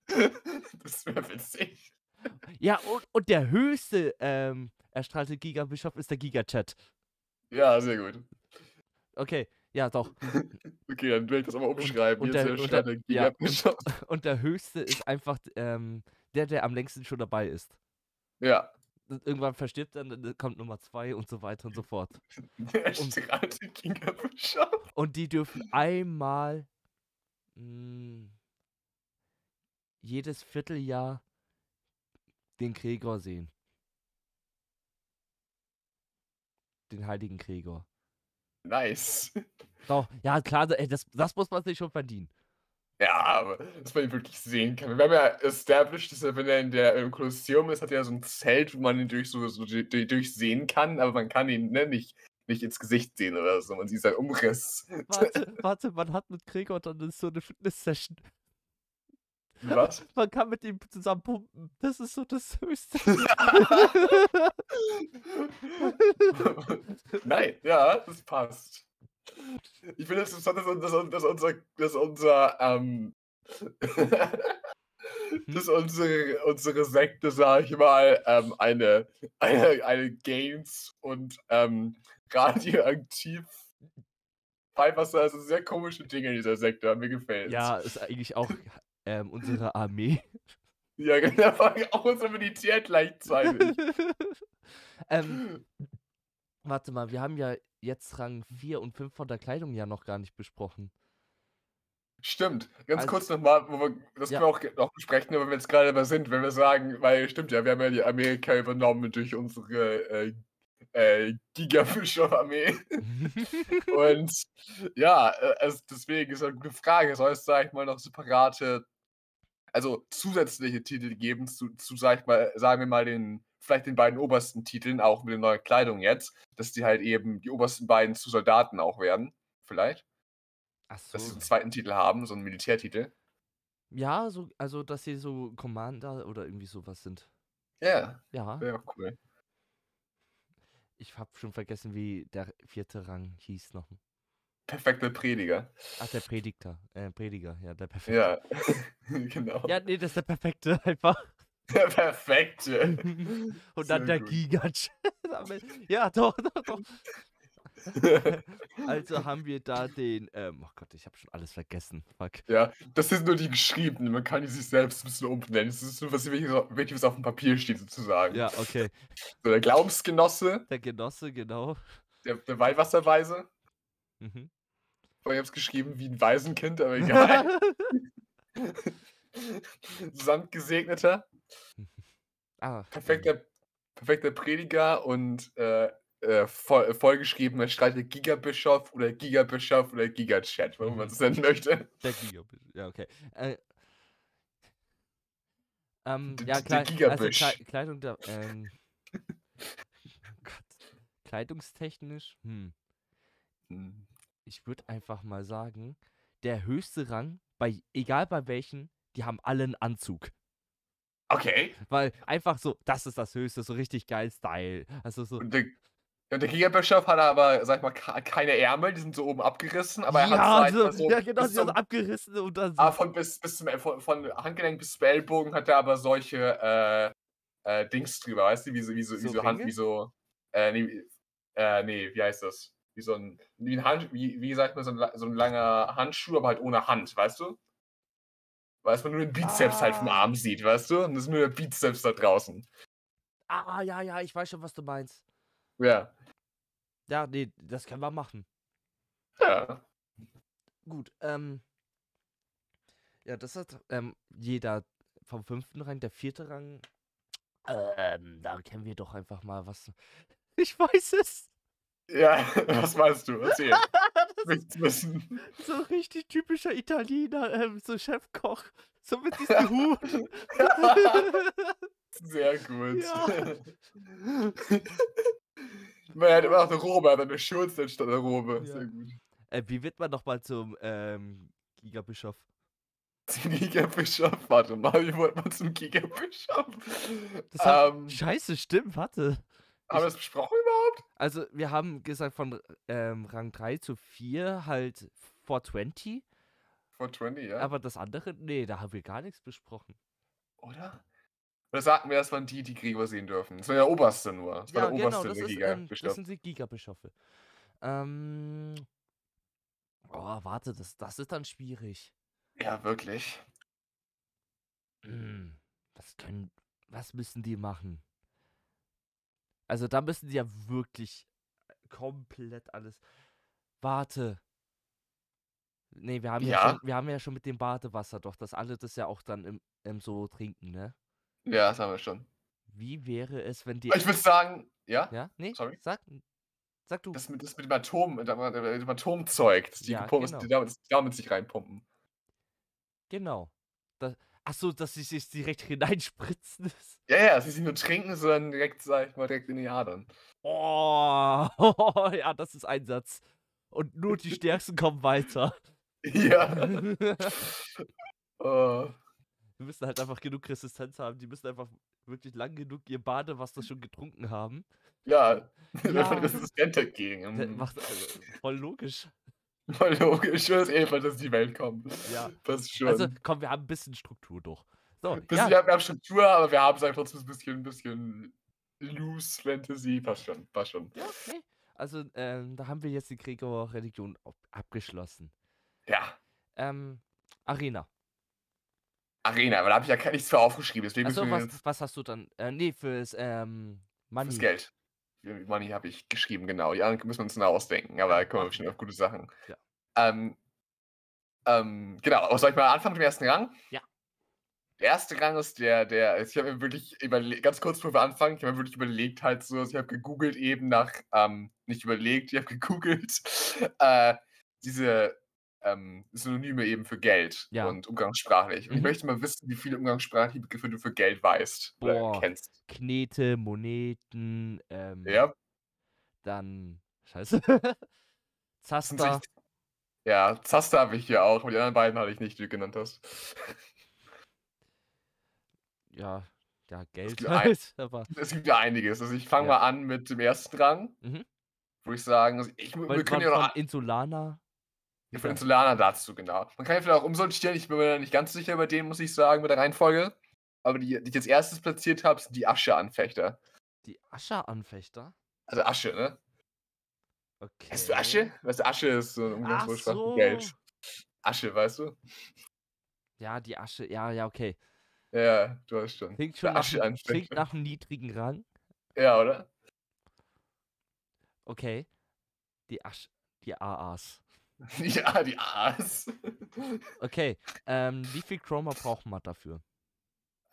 B: Das wäre witzig.
A: Ja, und, und der höchste ähm, erstrahlte Gigabischof ist der Gigachat.
B: Ja, sehr gut.
A: Okay, ja, doch.
B: Okay, dann will ich das aber umschreiben.
A: und
B: Hier ist
A: der-
B: der
A: und der-
B: strahlter
A: ja, und-
B: Gigabischof.
A: Und der höchste ist einfach ähm, der, der am längsten schon dabei ist.
B: Ja,
A: Und irgendwann verstirbt er, und dann kommt Nummer zwei und so weiter und so fort.
B: der
A: Und-
B: strahlte Gigabischof.
A: Und die dürfen einmal mm, jedes Vierteljahr den Gregor sehen. Den heiligen Gregor.
B: Nice.
A: Doch, ja klar, da- ey, das, das muss man sich schon verdienen.
B: Ja, aber dass man ihn wirklich sehen kann. Wir haben ja established, dass er, wenn er in der im Kolosseum ist, hat er ja so ein Zelt, wo man ihn durch so, so durch, durchsehen kann, aber man kann ihn ne, nicht, nicht ins Gesicht sehen oder so. Man sieht seinen Umriss.
A: Warte, warte, man hat mit Gregor dann ist so eine Fitness-Session.
B: Was?
A: Man kann mit ihm zusammen pumpen. Das ist so das Höchste.
B: Nein, ja, das passt. Ich finde es interessant, dass, un- dass, un- dass unser, dass unser, ähm, dass unsere, unsere Sekte, sag ich mal, ähm, eine, eine, eine Games und ähm, radioaktiv Fallwasser, also sehr komische Dinge in dieser Sekte, mir gefällt
A: ja, ist eigentlich auch ähm, unsere Armee.
B: Ja, genau, auch unser Militär gleichzeitig.
A: ähm, Warte mal, wir haben ja jetzt Rang
B: Hm.
A: 4 und 5 von der Kleidung ja noch gar nicht besprochen.
B: Stimmt. Ganz
A: Also-
B: kurz nochmal, wo wir, das
A: Ja.
B: können wir auch ge- noch besprechen, wenn wir jetzt gerade dabei sind, wenn wir sagen, weil stimmt ja, wir haben ja die Amerika übernommen durch unsere äh, äh, Gigafischarmee. Und ja, äh, also deswegen ist eine gute Frage. Soll es, sag ich mal, noch separate, also zusätzliche Titel geben zu, zu sag ich mal, sagen wir mal, den, vielleicht den beiden obersten Titeln, auch mit der neuen Kleidung jetzt, dass die halt eben die obersten beiden zu Soldaten auch werden. Vielleicht.
A: Ach
B: Dass sie so
A: so.
B: einen zweiten Titel haben, so einen Militärtitel.
A: Ja, so, also dass sie so Commander oder irgendwie sowas sind.
B: Ja,
A: Ja,
B: wäre auch cool.
A: ich hab schon vergessen, wie der vierte Rang hieß noch.
B: Perfekter Prediger.
A: Ach, der Predigter. Äh, Prediger, ja, der perfekte.
B: Ja, genau.
A: Ja, nee, das ist der perfekte einfach.
B: Der Perfekte.
A: Und dann der
B: Sehr gut.
A: Gigatsch. ja, doch, doch, doch. Also haben wir da den. Ähm, oh Gott, ich habe schon alles vergessen. Fuck.
B: ja, das sind nur die geschriebenen. Man kann die sich selbst ein bisschen umbenennen. Das ist nur, was wirklich, wirklich was auf dem Papier steht, sozusagen.
A: Ja, okay.
B: So, der Glaubensgenosse,
A: Der Genosse, genau.
B: der, der Weihwasserweise.
A: Mhm.
B: Ich habe es geschrieben wie ein Waisenkind, aber egal. Samtgesegneter,
A: ah,
B: perfekter, perfekter Prediger und äh, äh, voll, vollgeschriebener Streiter Gigabischof oder Gigabischof oder Gigachat, warum man es nennen möchte.
A: Der Gigabisch. Ja, okay. Äh, ähm,
B: D-
A: ja,
B: d- der
A: Kleid also Klei
B: Gigabisch.
A: Kleidung da. Ähm, oh Gott. Kleidungstechnisch, hm.
B: Hm.
A: Ich würde einfach mal sagen, der höchste Rang, bei egal bei welchen, die haben alle einen Anzug.
B: Okay.
A: Weil einfach so, das ist das höchste, so richtig geil Style. Also so.
B: Und der, und der Gigabischof hat aber, sag ich mal, ka- keine Ärmel, die sind so oben abgerissen, aber er
A: ja,
B: hat sag ich mal,
A: so, ja, genau,
B: bis
A: sie haben
B: zum-
A: abgerissen und dann so.
B: ah, von, bis, bis zum, von, von Handgelenk bis zum Ellbogen hat er aber solche äh, äh, Dings drüber, weißt du, wie so, wie so, wie
A: So
B: so Hand,
A: Ringe?
B: wie so, äh, nee, wie- äh, nee, wie heißt das? Wie so ein, wie ein Hand, wie, wie sagt man, so ein, la- so ein langer Handschuh, aber halt ohne Hand, weißt du? Weil man nur den Bizeps halt vom
A: Ah.
B: Arm sieht, weißt du? Und das ist nur der Bizeps da draußen.
A: Ah, ja, ja, ich weiß schon, was du meinst.
B: Ja.
A: Ja, nee, das können wir machen.
B: Ja.
A: Gut, ähm. Ja, das hat ähm, jeder vom fünften Rang, der vierte Rang. Ähm, da kennen wir doch einfach mal was. Ich weiß es.
B: Ja, was meinst du? Erzähl.
A: das
B: Nichts wissen.
A: ist so richtig typischer Italiener, ähm, so Chefkoch. So mit diesem Hut.
B: Sehr gut.
A: Ja.
B: Man hat immer noch eine Robe, hat eine Schürze anstatt einer Robe.
A: Ja.
B: Sehr gut.
A: Äh, wie wird man nochmal zum ähm, Gigabischof?
B: Gigabischof, warte mal, wie wurde man zum Gigabischof?
A: Das hat-
B: ähm,
A: Scheiße, stimmt, warte.
B: haben wir das besprochen überhaupt?
A: Also, wir haben gesagt, von ähm, Rang 3 zu 4 halt 420,
B: Vor 20, ja?
A: aber das andere, nee, da haben wir gar nichts besprochen.
B: Oder? Oder sagten wir, das waren die, die Gregor sehen dürfen? Das war der Oberste nur. Das war der Oberste,
A: das,
B: der
A: ist,
B: Giga
A: ähm, das sind die Gigabischöfe. Ähm. Oh, warte, das, das ist dann schwierig.
B: Ja, wirklich.
A: Hm, Was können. Was müssen die machen? Also da müssen die ja wirklich äh, komplett alles. Warte. Nee, wir haben ja,
B: Ja?
A: schon, wir haben ja schon mit dem Badewasser doch, dass alle das ja auch dann im, im so trinken, ne?
B: Ja, das haben wir schon.
A: Wie wäre es, wenn die.
B: Ich würde sagen, ja,
A: ja? Nee?
B: sorry.
A: Sag. Sag du.
B: das mit, das mit dem Atom, mit dem Atomzeug, das die,
A: Ja,
B: gepumpt-
A: genau.
B: die, damit, die damit sich reinpumpen.
A: Genau. Das, ach so, dass sie sich direkt hineinspritzen. ist.
B: Ja, ja, sie nicht nur trinken, sondern direkt, sag ich mal, direkt in die Adern.
A: Oh, ja, das ist ein Satz. Und nur die Stärksten kommen weiter.
B: Ja.
A: Wir
B: äh,
A: müssen halt einfach genug Resistenz haben. Die müssen einfach wirklich lang genug ihr Badewasser schon getrunken haben.
B: ja.
A: Ja.
B: Einfach resistent dagegen.
A: Der
B: Mhm.
A: Macht also, voll logisch.
B: Voll logisch. Schön, dass Eva, dass die Welt kommt.
A: Ja.
B: Das ist schon.
A: Also, komm, wir haben ein bisschen Struktur durch. So,
B: bisschen,
A: ja,
B: Wir haben Struktur, aber wir haben es einfach trotzdem ein bisschen, ein bisschen loose Fantasy. Passt schon, passt schon.
A: ja, nee. Also, ähm, da haben wir jetzt die Gregor-Religion ab- abgeschlossen.
B: Ja.
A: Ähm, Arena.
B: Arena, aber da habe ich ja gar nichts für aufgeschrieben, deswegen
A: Also,
B: müssen wir
A: was,
B: jetzt
A: was hast du dann? Äh, nee, fürs, ähm, Money.
B: fürs Geld. Wie- Money habe ich geschrieben, genau. Die anderen müssen wir uns noch ausdenken, aber da kommen wir
A: machen
B: bestimmt
A: wir.
B: auf gute Sachen.
A: Ja.
B: Ähm, ähm, genau, soll ich mal anfangen mit dem ersten Rang?
A: Ja.
B: Der erste Rang ist der, der, also ich habe mir wirklich überlegt, ganz kurz bevor wir anfangen, ich habe mir wirklich überlegt, halt so, also ich habe gegoogelt eben nach, ähm, nicht überlegt, ich habe gegoogelt, äh, diese ähm, Synonyme eben für Geld
A: Ja.
B: und umgangssprachlich. Und ich
A: Mhm.
B: möchte mal wissen, wie viele umgangssprachliche Begriffe du für Geld weißt oder
A: Boah.
B: kennst.
A: Knete, Moneten, ähm,
B: Ja,
A: dann. Scheiße.
B: das sind
A: Zaster.
B: sich- ja, Zaster habe ich hier auch, aber die anderen beiden hatte ich nicht, die du genannt hast.
A: Ja, ja, Geld
B: gibt ein-
A: halt. Aber
B: Es gibt ja einiges. Also ich fange
A: Ja.
B: mal an mit dem ersten Rang.
A: Mhm.
B: Würde ich sagen, also ich, wir
A: weil man
B: können ja noch
A: von
B: an-
A: Insulana.
B: Ja,
A: wieder-
B: Für Insulaner dazu, genau. Man kann ja vielleicht auch umsortieren, ich bin mir da nicht ganz sicher über den, muss ich sagen, mit der Reihenfolge. Aber die, die ich als erstes platziert habe, sind die Asche-Anfechter.
A: die Ascha-Anfechter.
B: Also Asche, ne?
A: Okay.
B: Kennst du Asche? Weißt du, Asche ist so ein
A: Ach
B: Umgangssprache
A: so.
B: Geld. Asche, weißt du?
A: Ja, die Asche. Ja, ja, okay.
B: Ja, du hast schon.
A: Klingt
B: Der
A: schon nach, einem-
B: Hm, Asche-Anfechter.
A: klingt nach einem niedrigen Rang.
B: Ja, oder?
A: Okay. Die Asche. Die AAs.
B: Ja, die Aas.
A: Okay. Ähm, wie viel Chroma braucht man dafür?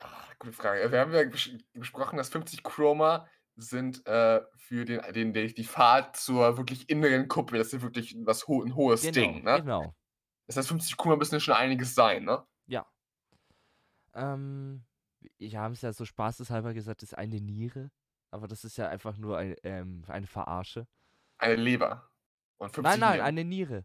B: Ah, Gute Frage. Wir haben ja bes- besprochen, dass 50 Chroma sind äh, für den, den, die die Fahrt zur wirklich inneren Kuppel. Das ist wirklich was ho ein hohes Ding, ne?
A: Genau.
B: Das heißt, 50 Kuma müssen ja schon einiges sein, ne?
A: Ja. Ähm, wir haben es ja so spaßeshalber gesagt, das ist eine Niere. Aber das ist ja einfach nur ein, ähm, eine Verarsche.
B: Eine Leber. Und 50
A: Nein, nein,
B: Nieren.
A: eine Niere.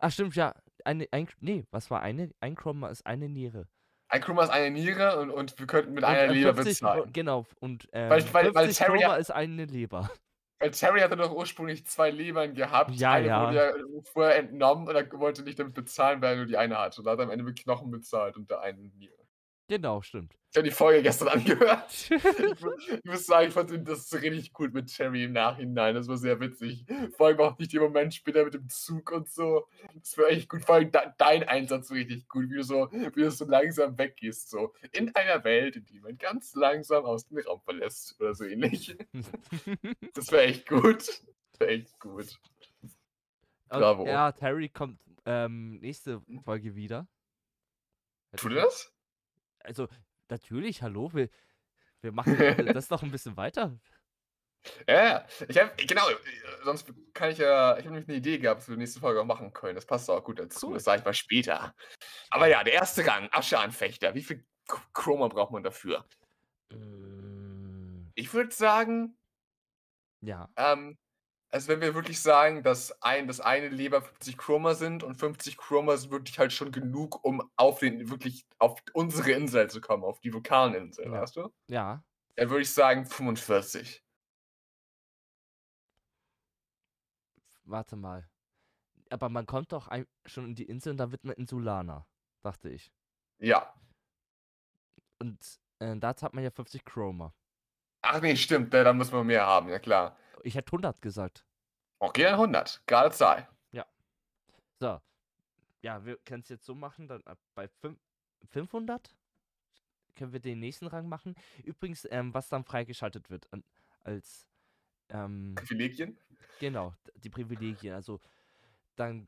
A: Ach, stimmt, ja. Eine, ein, nee, was war eine? Ein Chroma ist eine Niere.
B: ein Kuma ist eine Niere und, und wir könnten mit
A: Und,
B: einer
A: äh,
B: Leber
A: 50 Chro-
B: bezahlen.
A: Genau, und ähm,
B: weil- weil
A: 50
B: Terry ja-
A: Chroma ist eine Leber.
B: Weil Terry hatte doch ursprünglich zwei Lebern gehabt.
A: Ja,
B: eine
A: ja.
B: wurde ja vorher entnommen und er wollte nicht damit bezahlen, weil er nur die eine hatte. Und da hat er am Ende mit Knochen bezahlt und der einen Niere.
A: Genau, stimmt.
B: Ich habe die Folge gestern angehört. Ich, mu- ich muss sagen, ich fand den- das richtig gut mit Terry im Nachhinein. Das war sehr witzig. Vor allem auch nicht den Moment später mit dem Zug und so. Das war echt gut. Vor allem de dein Einsatz war richtig gut, wie du, so, wie du so langsam weggehst. So in einer Welt, in die man ganz langsam aus dem Raum verlässt oder so ähnlich. Das war echt gut. Das war echt gut.
A: Und,
B: Bravo.
A: Ja, Terry kommt ähm, nächste Folge wieder.
B: Tut er das?
A: Also, natürlich, hallo, wir, wir machen äh, das noch ein bisschen weiter.
B: Ja, ja. Ich habe, genau, äh, sonst kann ich ja, ich habe nämlich eine Idee gehabt, was wir die nächste Folge auch machen können. Das passt auch gut dazu.
A: Cool.
B: Das sage ich mal später. Aber ja, der erste Rang, Ascheanfechter. Wie viel K- Chroma braucht man dafür?
A: Mm,
B: Ich würde sagen,
A: Ja.
B: ähm, also wenn wir wirklich sagen, dass ein, das eine Leber 50 Chroma sind und 50 Chroma sind wirklich halt schon genug, um auf den, wirklich auf unsere Insel zu kommen, auf die Vulkaninsel,
A: Ja.
B: weißt du?
A: Ja.
B: Dann würde ich sagen 45.
A: Warte mal. Aber man kommt doch ein, schon in die Insel und dann wird man Insulaner, dachte ich.
B: Ja.
A: Und äh, dazu hat man ja 50 Chroma.
B: Ach nee, stimmt, da, da muss man mehr haben, ja klar.
A: Ich hätte 100 gesagt.
B: Okay, dann 100. Gerade Zahl.
A: So. Ja, wir können es jetzt so machen, dann ab bei fünf- 500 können wir den nächsten Rang machen. Übrigens, ähm, was dann freigeschaltet wird an, als ähm,
B: Privilegien?
A: Genau, d- die Privilegien. Also dann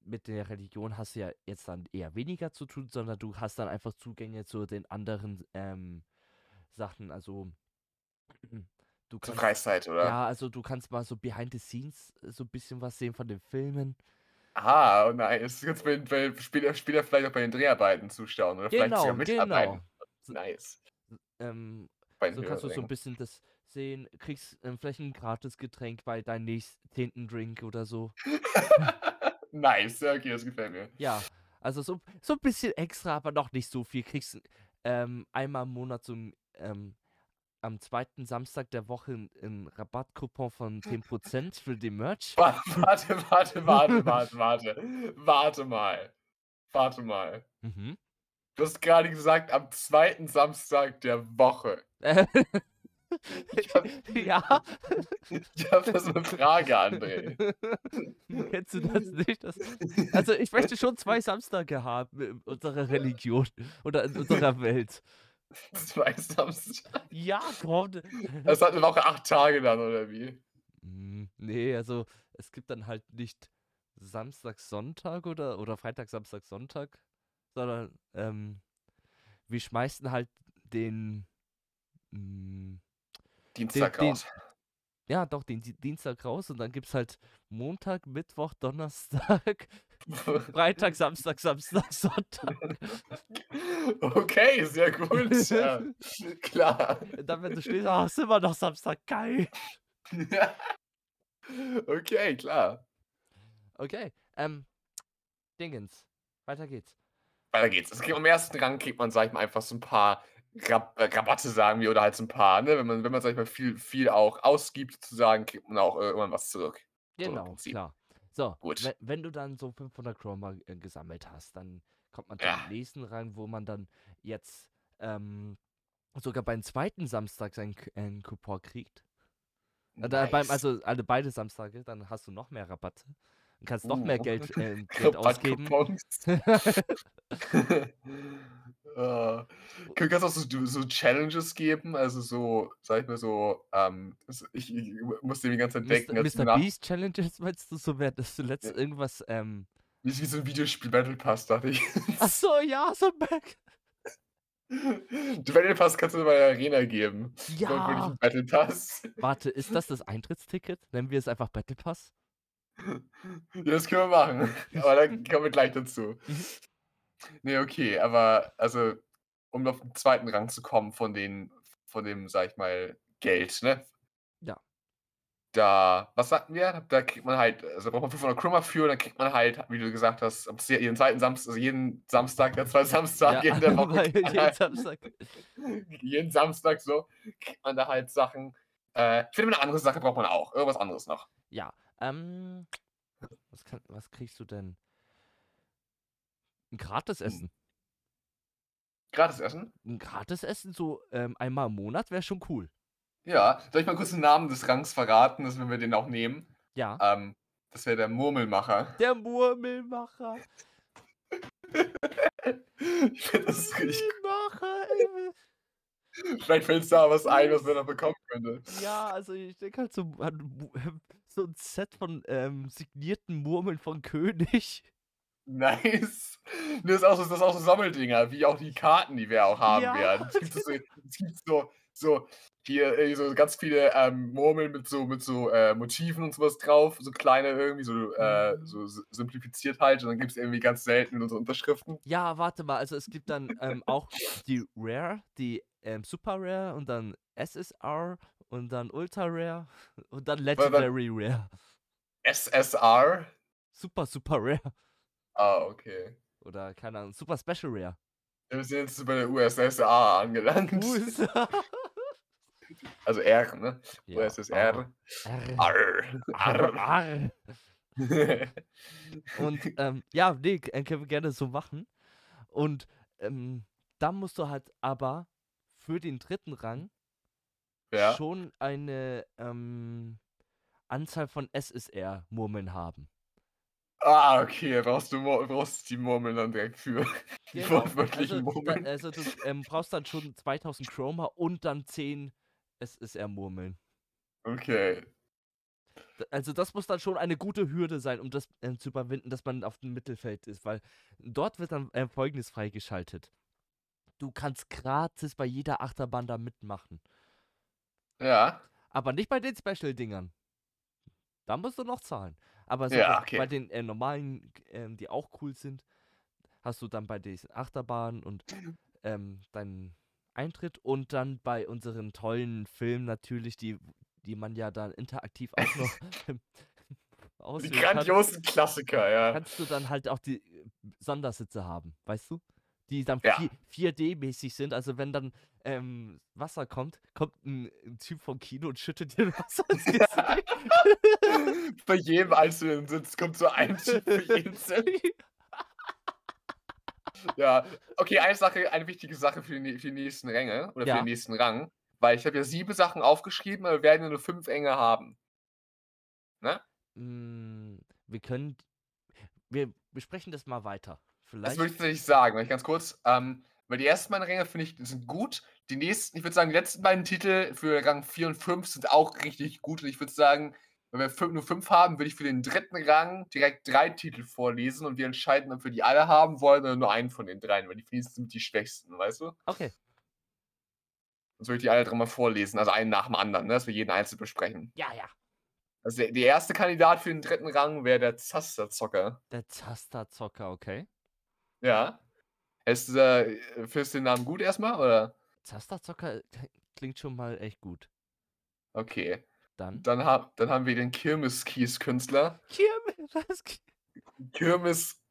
A: mit der Religion hast du ja jetzt dann eher weniger zu tun, sondern du hast dann einfach Zugänge zu den anderen ähm, Sachen. Also du
B: Zur
A: kannst
B: Freizeit, oder?
A: ja, also du kannst mal so behind the scenes äh, so ein bisschen was sehen von den Filmen.
B: Ah, oh nein, es ist jetzt bei, bei, später, später vielleicht auch bei den Dreharbeiten zuschauen oder vielleicht sogar
A: Genau,
B: mitarbeiten.
A: genau. So-
B: Nice.
A: Ähm,
B: Bei den
A: so kannst du so ein
B: Hörsängern.
A: bisschen das sehen, kriegst ähm, vielleicht ein gratis Getränk bei deinem nächsten zehnten Drink oder so.
B: nice, ja, okay, das gefällt mir.
A: Ja, also so, so ein bisschen extra, aber noch nicht so viel. Kriegst ähm, einmal im Monat so ein, ähm, am zweiten Samstag der Woche einen Rabattcoupon von 10% für den Merch.
B: Wa- Warte, warte, warte, warte, warte. Warte mal. Warte mal.
A: Mhm.
B: Du hast gerade gesagt, am zweiten Samstag der Woche.
A: Äh,
B: Ich hab-
A: ja.
B: Ich habe das eine Frage, André.
A: Kennst du das nicht? Das, also ich möchte schon zwei Samstage haben in unserer Religion oder in unserer Welt.
B: Zwei Samstag.
A: Ja, komm.
B: Das hat eine Woche acht Tage dann, oder wie?
A: Mm, Nee, also es gibt dann halt nicht Samstag, Sonntag oder, oder Freitag, Samstag, Sonntag, sondern ähm, wir schmeißen halt den, mm,
B: Dienstag
A: den-
B: raus.
A: ja doch, den Di- Dienstag raus und dann gibt es halt Montag, Mittwoch, Donnerstag, Freitag, Samstag, Samstag, Sonntag.
B: Okay, sehr gut. Ja, klar.
A: Und dann, wenn du stehst, ah, ist immer noch Samstag, geil.
B: okay, klar.
A: Okay, ähm, Dingens, weiter geht's.
B: Weiter geht's. Es geht, am ersten Rang kriegt man, sag ich mal, einfach so ein paar Rab äh, Rabatte, sagen wir, oder halt so ein paar, ne? Wenn man, wenn man, sag ich mal, viel, viel auch ausgibt, sozusagen, kriegt man auch äh, irgendwann was zurück. im
A: Genau,
B: Prinzip.
A: klar. So,
B: Gut.
A: Wenn, wenn du dann so 500 Chroma äh, gesammelt hast, dann kommt man
B: Ja.
A: zum nächsten Rang, wo man dann jetzt ähm, sogar beim zweiten Samstag seinen K- äh, einen Coupon kriegt. Äh, da Beim,
B: Nice.
A: also alle beide Samstage, dann hast du noch mehr Rabatte und kannst noch mehr
B: Uh.
A: Geld, äh, Geld ausgeben.
B: Rabattcoupons. Äh, Kann kannst auch so, du- so Challenges geben, also so, sag ich mal so, ähm, so- ich, ich muss dem die ganze Zeit denken,
A: Mr.
B: dass ich
A: Mr.
B: nach,
A: Beast Challenges meinst du so, wer das zuletzt
B: Ja.
A: irgendwas. Ähm,
B: nicht wie so ein Videospiel Battle Pass, dachte ich.
A: ach so, ja, so ein Back.
B: Du Battle Pass kannst du bei der Arena geben. Dann würde ich
A: Ja.
B: einen Battle Pass.
A: Warte, ist das das Eintrittsticket? Nennen wir es einfach Battle Pass?
B: Ja, das können wir machen. Aber da kommen wir gleich dazu.
A: Mhm.
B: Nee, okay, aber also, um auf den zweiten Rang zu kommen von den, von dem, sag ich mal, Geld, ne?
A: Ja.
B: Da, was sagten wir? Da kriegt man halt, also braucht man 500 Krummer für und dann kriegt man halt, wie du gesagt hast, am se- jeden zweiten Samstag, also jeden Samstag, der zwei Samstag in der Woche.
A: weil
B: kriegt man
A: jeden
B: halt-
A: Samstag.
B: jeden Samstag so, kriegt man da halt Sachen. Äh, ich finde, eine andere Sache braucht man auch. Irgendwas anderes noch.
A: Ja, ähm, was, kann, was kriegst du denn? Ein
B: Hm.
A: Gratisessen.
B: Gratis Essen?
A: Ein Gratisessen so ähm, einmal im Monat wäre schon cool.
B: Ja. Soll ich mal kurz den Namen des Rangs verraten, dass wenn wir den auch nehmen?
A: Ja.
B: Ähm, das wäre der Murmelmacher.
A: Der Murmelmacher.
B: ich finde, das ist richtig
A: Murmelmacher. äh,
B: gut. Vielleicht fällt uns da was ein, was man da bekommen könnte.
A: Ja, also ich denke halt so an Mu- ähm, so ein Set von ähm, signierten Murmeln von König.
B: Nice. Das ist, auch so, das ist auch so Sammeldinger, wie auch die Karten, die wir auch haben
A: Ja.
B: werden. Es gibt so, es gibt so so hier äh, so ganz viele ähm, Murmeln mit so mit so äh, Motiven und sowas drauf, so kleine irgendwie so,
A: Mhm.
B: äh, so s- simplifiziert halt und dann gibt es irgendwie ganz selten unsere Unterschriften.
A: Ja, warte mal. Also es gibt dann ähm, auch die Rare, die ähm, Super Rare und dann SSR und dann Ultra Rare und dann
B: dann-
A: Legendary Rare.
B: SSR.
A: Super, super Rare.
B: Ah, okay.
A: Oder keine Ahnung, Super Special Rare.
B: Wir sind jetzt bei der USSR angelangt.
A: Us.
B: Also R, ne? USSR.
A: R.
B: R.
A: R.
B: R.
A: R. Und ähm, ja, nee, k- äh, können wir gerne so machen. Und ähm, dann musst du halt aber für den dritten Rang
B: ja.
A: schon eine ähm, Anzahl von SSR-Murmeln haben.
B: Ah, okay, brauchst du Mur- brauchst die Murmeln dann direkt für. Die
A: also,
B: wortwörtlichen
A: da,
B: Murmeln.
A: also du ähm, brauchst dann schon 2000 Chroma und dann 10 SSR-Murmeln.
B: Okay.
A: D- Also das muss dann schon eine gute Hürde sein, um das ähm, zu überwinden, dass man auf dem Mittelfeld ist, weil dort wird dann ähm, Folgendes freigeschaltet. Du kannst gratis bei jeder Achterbahn da mitmachen,
B: Ja.
A: aber nicht bei den Special-Dingern. Da musst du noch zahlen. Aber so
B: Ja,
A: bei-
B: okay.
A: bei den äh, normalen, ähm, die auch cool sind, hast du dann bei diesen Achterbahnen und
B: Genau.
A: ähm, deinen Eintritt und dann bei unseren tollen Filmen natürlich, die, die man ja dann interaktiv auch noch ähm,
B: Die
A: auswählen kann
B: grandiosen Klassiker, ja.
A: kannst du dann halt auch die äh, Sondersitze haben, weißt du? Die dann
B: Ja.
A: vi- 4D-mäßig sind. Also wenn dann ähm, Wasser kommt, kommt ein, ein Typ vom Kino und schüttet dir Wasser ins Gesicht.
B: Bei jedem einzelnen Sitz kommt so ein Typ für jeden Sitz. Ja. Okay, eine Sache, eine wichtige Sache für die, für die nächsten Ränge oder
A: Ja.
B: für den nächsten Rang. Weil ich habe ja sieben Sachen aufgeschrieben, aber wir werden ja nur fünf Enge haben.
A: Mm, wir können. Wir besprechen das mal weiter.
B: Das
A: Vielleicht.
B: würde ich tatsächlich sagen, weil ich ganz kurz, ähm, weil die ersten beiden Ränge finde ich sind gut. Die nächsten, ich würde sagen, die letzten beiden Titel für Rang 4 und 5 sind auch richtig gut. Und ich würde sagen, wenn wir fün- nur 5 haben, würde ich für den dritten Rang direkt drei Titel vorlesen und wir entscheiden, ob wir die alle haben wollen oder nur einen von den dreien, weil die finde ich sind die schwächsten, weißt du?
A: Okay.
B: Dann würde ich die alle dreimal vorlesen, also einen nach dem anderen, ne, dass wir jeden einzeln besprechen.
A: Ja, ja.
B: Also der, der erste Kandidat für den dritten Rang wäre der Zasterzocker.
A: Der Zasterzocker, okay.
B: Ja. Ist, äh, findest du den Namen gut erstmal, oder?
A: Zasterzocker äh, klingt schon mal echt gut.
B: Okay.
A: Dann.
B: Dann, hab, dann haben wir den Kirmes-Kies-Künstler.
A: Kirmes. was?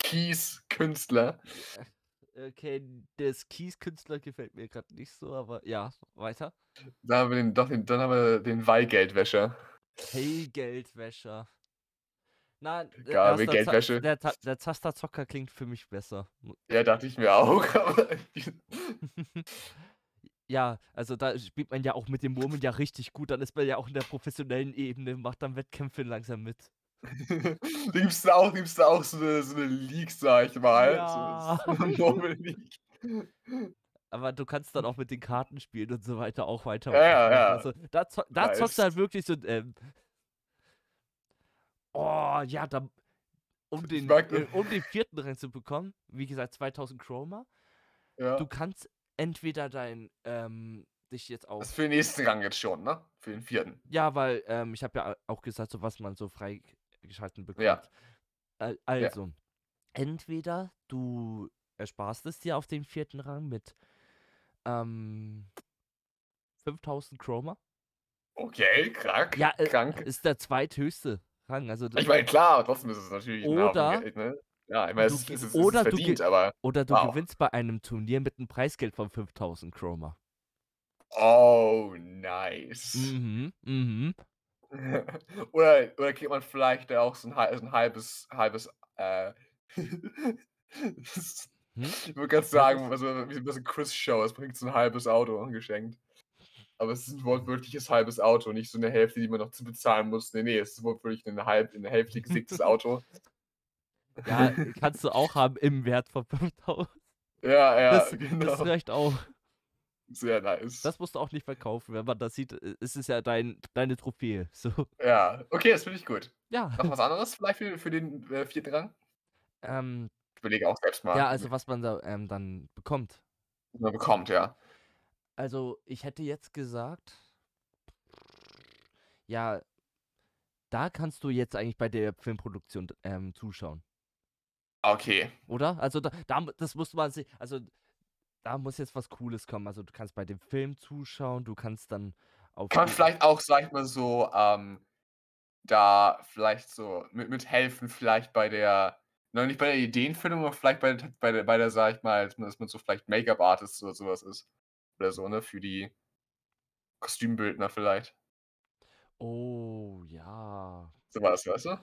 B: Kirmes-Kies-Künstler.
A: Okay, das Kieskünstler gefällt mir gerade nicht so, aber ja, weiter.
B: Dann haben wir den, doch den, dann haben wir den Weihgeldwäscher.
A: Hey, Geldwäscher. Nein, der-
B: Egal,
A: erst
B: wer
A: der
B: Geldwäsche-
A: Za- Der, Ta der Zasterzocker klingt für mich besser.
B: Ja, dachte ich mir auch. Aber
A: Ja, also da spielt man ja auch mit dem Murmeln ja richtig gut. Dann ist man ja auch in der professionellen Ebene, macht dann Wettkämpfe langsam mit.
B: da gibt es da auch, gibt's da auch so, eine, so eine League, sag ich mal.
A: Ja.
B: So, so eine Murmel-League.
A: Aber du kannst dann auch mit den Karten spielen und so weiter auch weiter.
B: Ja, ja,
A: machen.
B: ja.
A: Also, da, zo da zockst du
B: Nice.
A: halt wirklich so. Ähm, oh, ja, da, um, den,
B: mag das.
A: äh, um den vierten Rang zu bekommen, wie gesagt, 2000 Chroma.
B: Ja.
A: Du kannst entweder dein. Ähm, dich jetzt auf
B: Das ist für den nächsten Rang jetzt schon, ne? Für den vierten.
A: Ja, weil ähm, ich habe ja au- auch gesagt, so was man so freigeschalten bekommt.
B: Ja.
A: Al- Also, entweder du ersparst es dir auf den vierten Rang mit ähm, 5000 Chroma.
B: Okay, krank.
A: Ja, äh,
B: krank.
A: ist der zweithöchste Rang. Also du,
B: Ich meine, klar, trotzdem ist es natürlich ein Haufen
A: Oder-
B: Geld, ne? Ja, ich meine, es
A: du
B: ist,
A: ge-
B: es ist, es
A: oder
B: ist
A: du ge-
B: verdient, aber.
A: oder du
B: wow.
A: gewinnst bei einem Turnier mit einem Preisgeld von 5000 Chroma.
B: Oh, nice.
A: Mhm, mhm.
B: oder, oder kriegt man vielleicht da auch so ein, hal- so ein halbes, halbes, äh,
A: Hm?
B: das- ich würde gerade sagen, also wie ein bisschen Chris-Show, es bringt so ein halbes Auto geschenkt. Aber es ist ein wortwörtliches halbes Auto, nicht so eine Hälfte, die man noch zu bezahlen muss. Nee, nee, es ist wortwörtlich ein halb, eine Hälfte gesicktes Auto.
A: Ja, kannst du auch haben im Wert von 5000.
B: Ja, ja,
A: das,
B: genau.
A: das reicht auch.
B: Sehr nice.
A: Das musst du auch nicht verkaufen, wenn man das sieht. äh, Es ist ja dein, deine Trophäe. So,
B: ja, okay, das finde ich gut.
A: ja.
B: Noch was anderes vielleicht für, für den äh, vierten Rang?
A: Ähm,
B: Ah,
A: also
B: Ich überlege auch selbst mal.
A: ja, also was man da ähm, dann bekommt.
B: was man bekommt, ja.
A: Also, ich hätte jetzt gesagt, ja, da kannst du jetzt eigentlich bei der Filmproduktion ähm, zuschauen,
B: Ah, Okay.
A: oder? Also, da, da, mu- das muss man sich, also, da muss jetzt was Cooles kommen. Also, du kannst bei dem Film zuschauen, du kannst dann auf
B: Kann man
A: die-
B: vielleicht auch, sag ich mal so, ähm, da vielleicht so mit, mithelfen, vielleicht bei der, noch nicht bei der Ideenfindung, aber vielleicht bei, der- bei der, bei der, sag ich mal, dass man, dass man so vielleicht Make-up-Artist oder sowas ist. Oder so, ne? Für die Kostümbildner vielleicht.
A: Oh, ja.
B: Sowas, weißt du?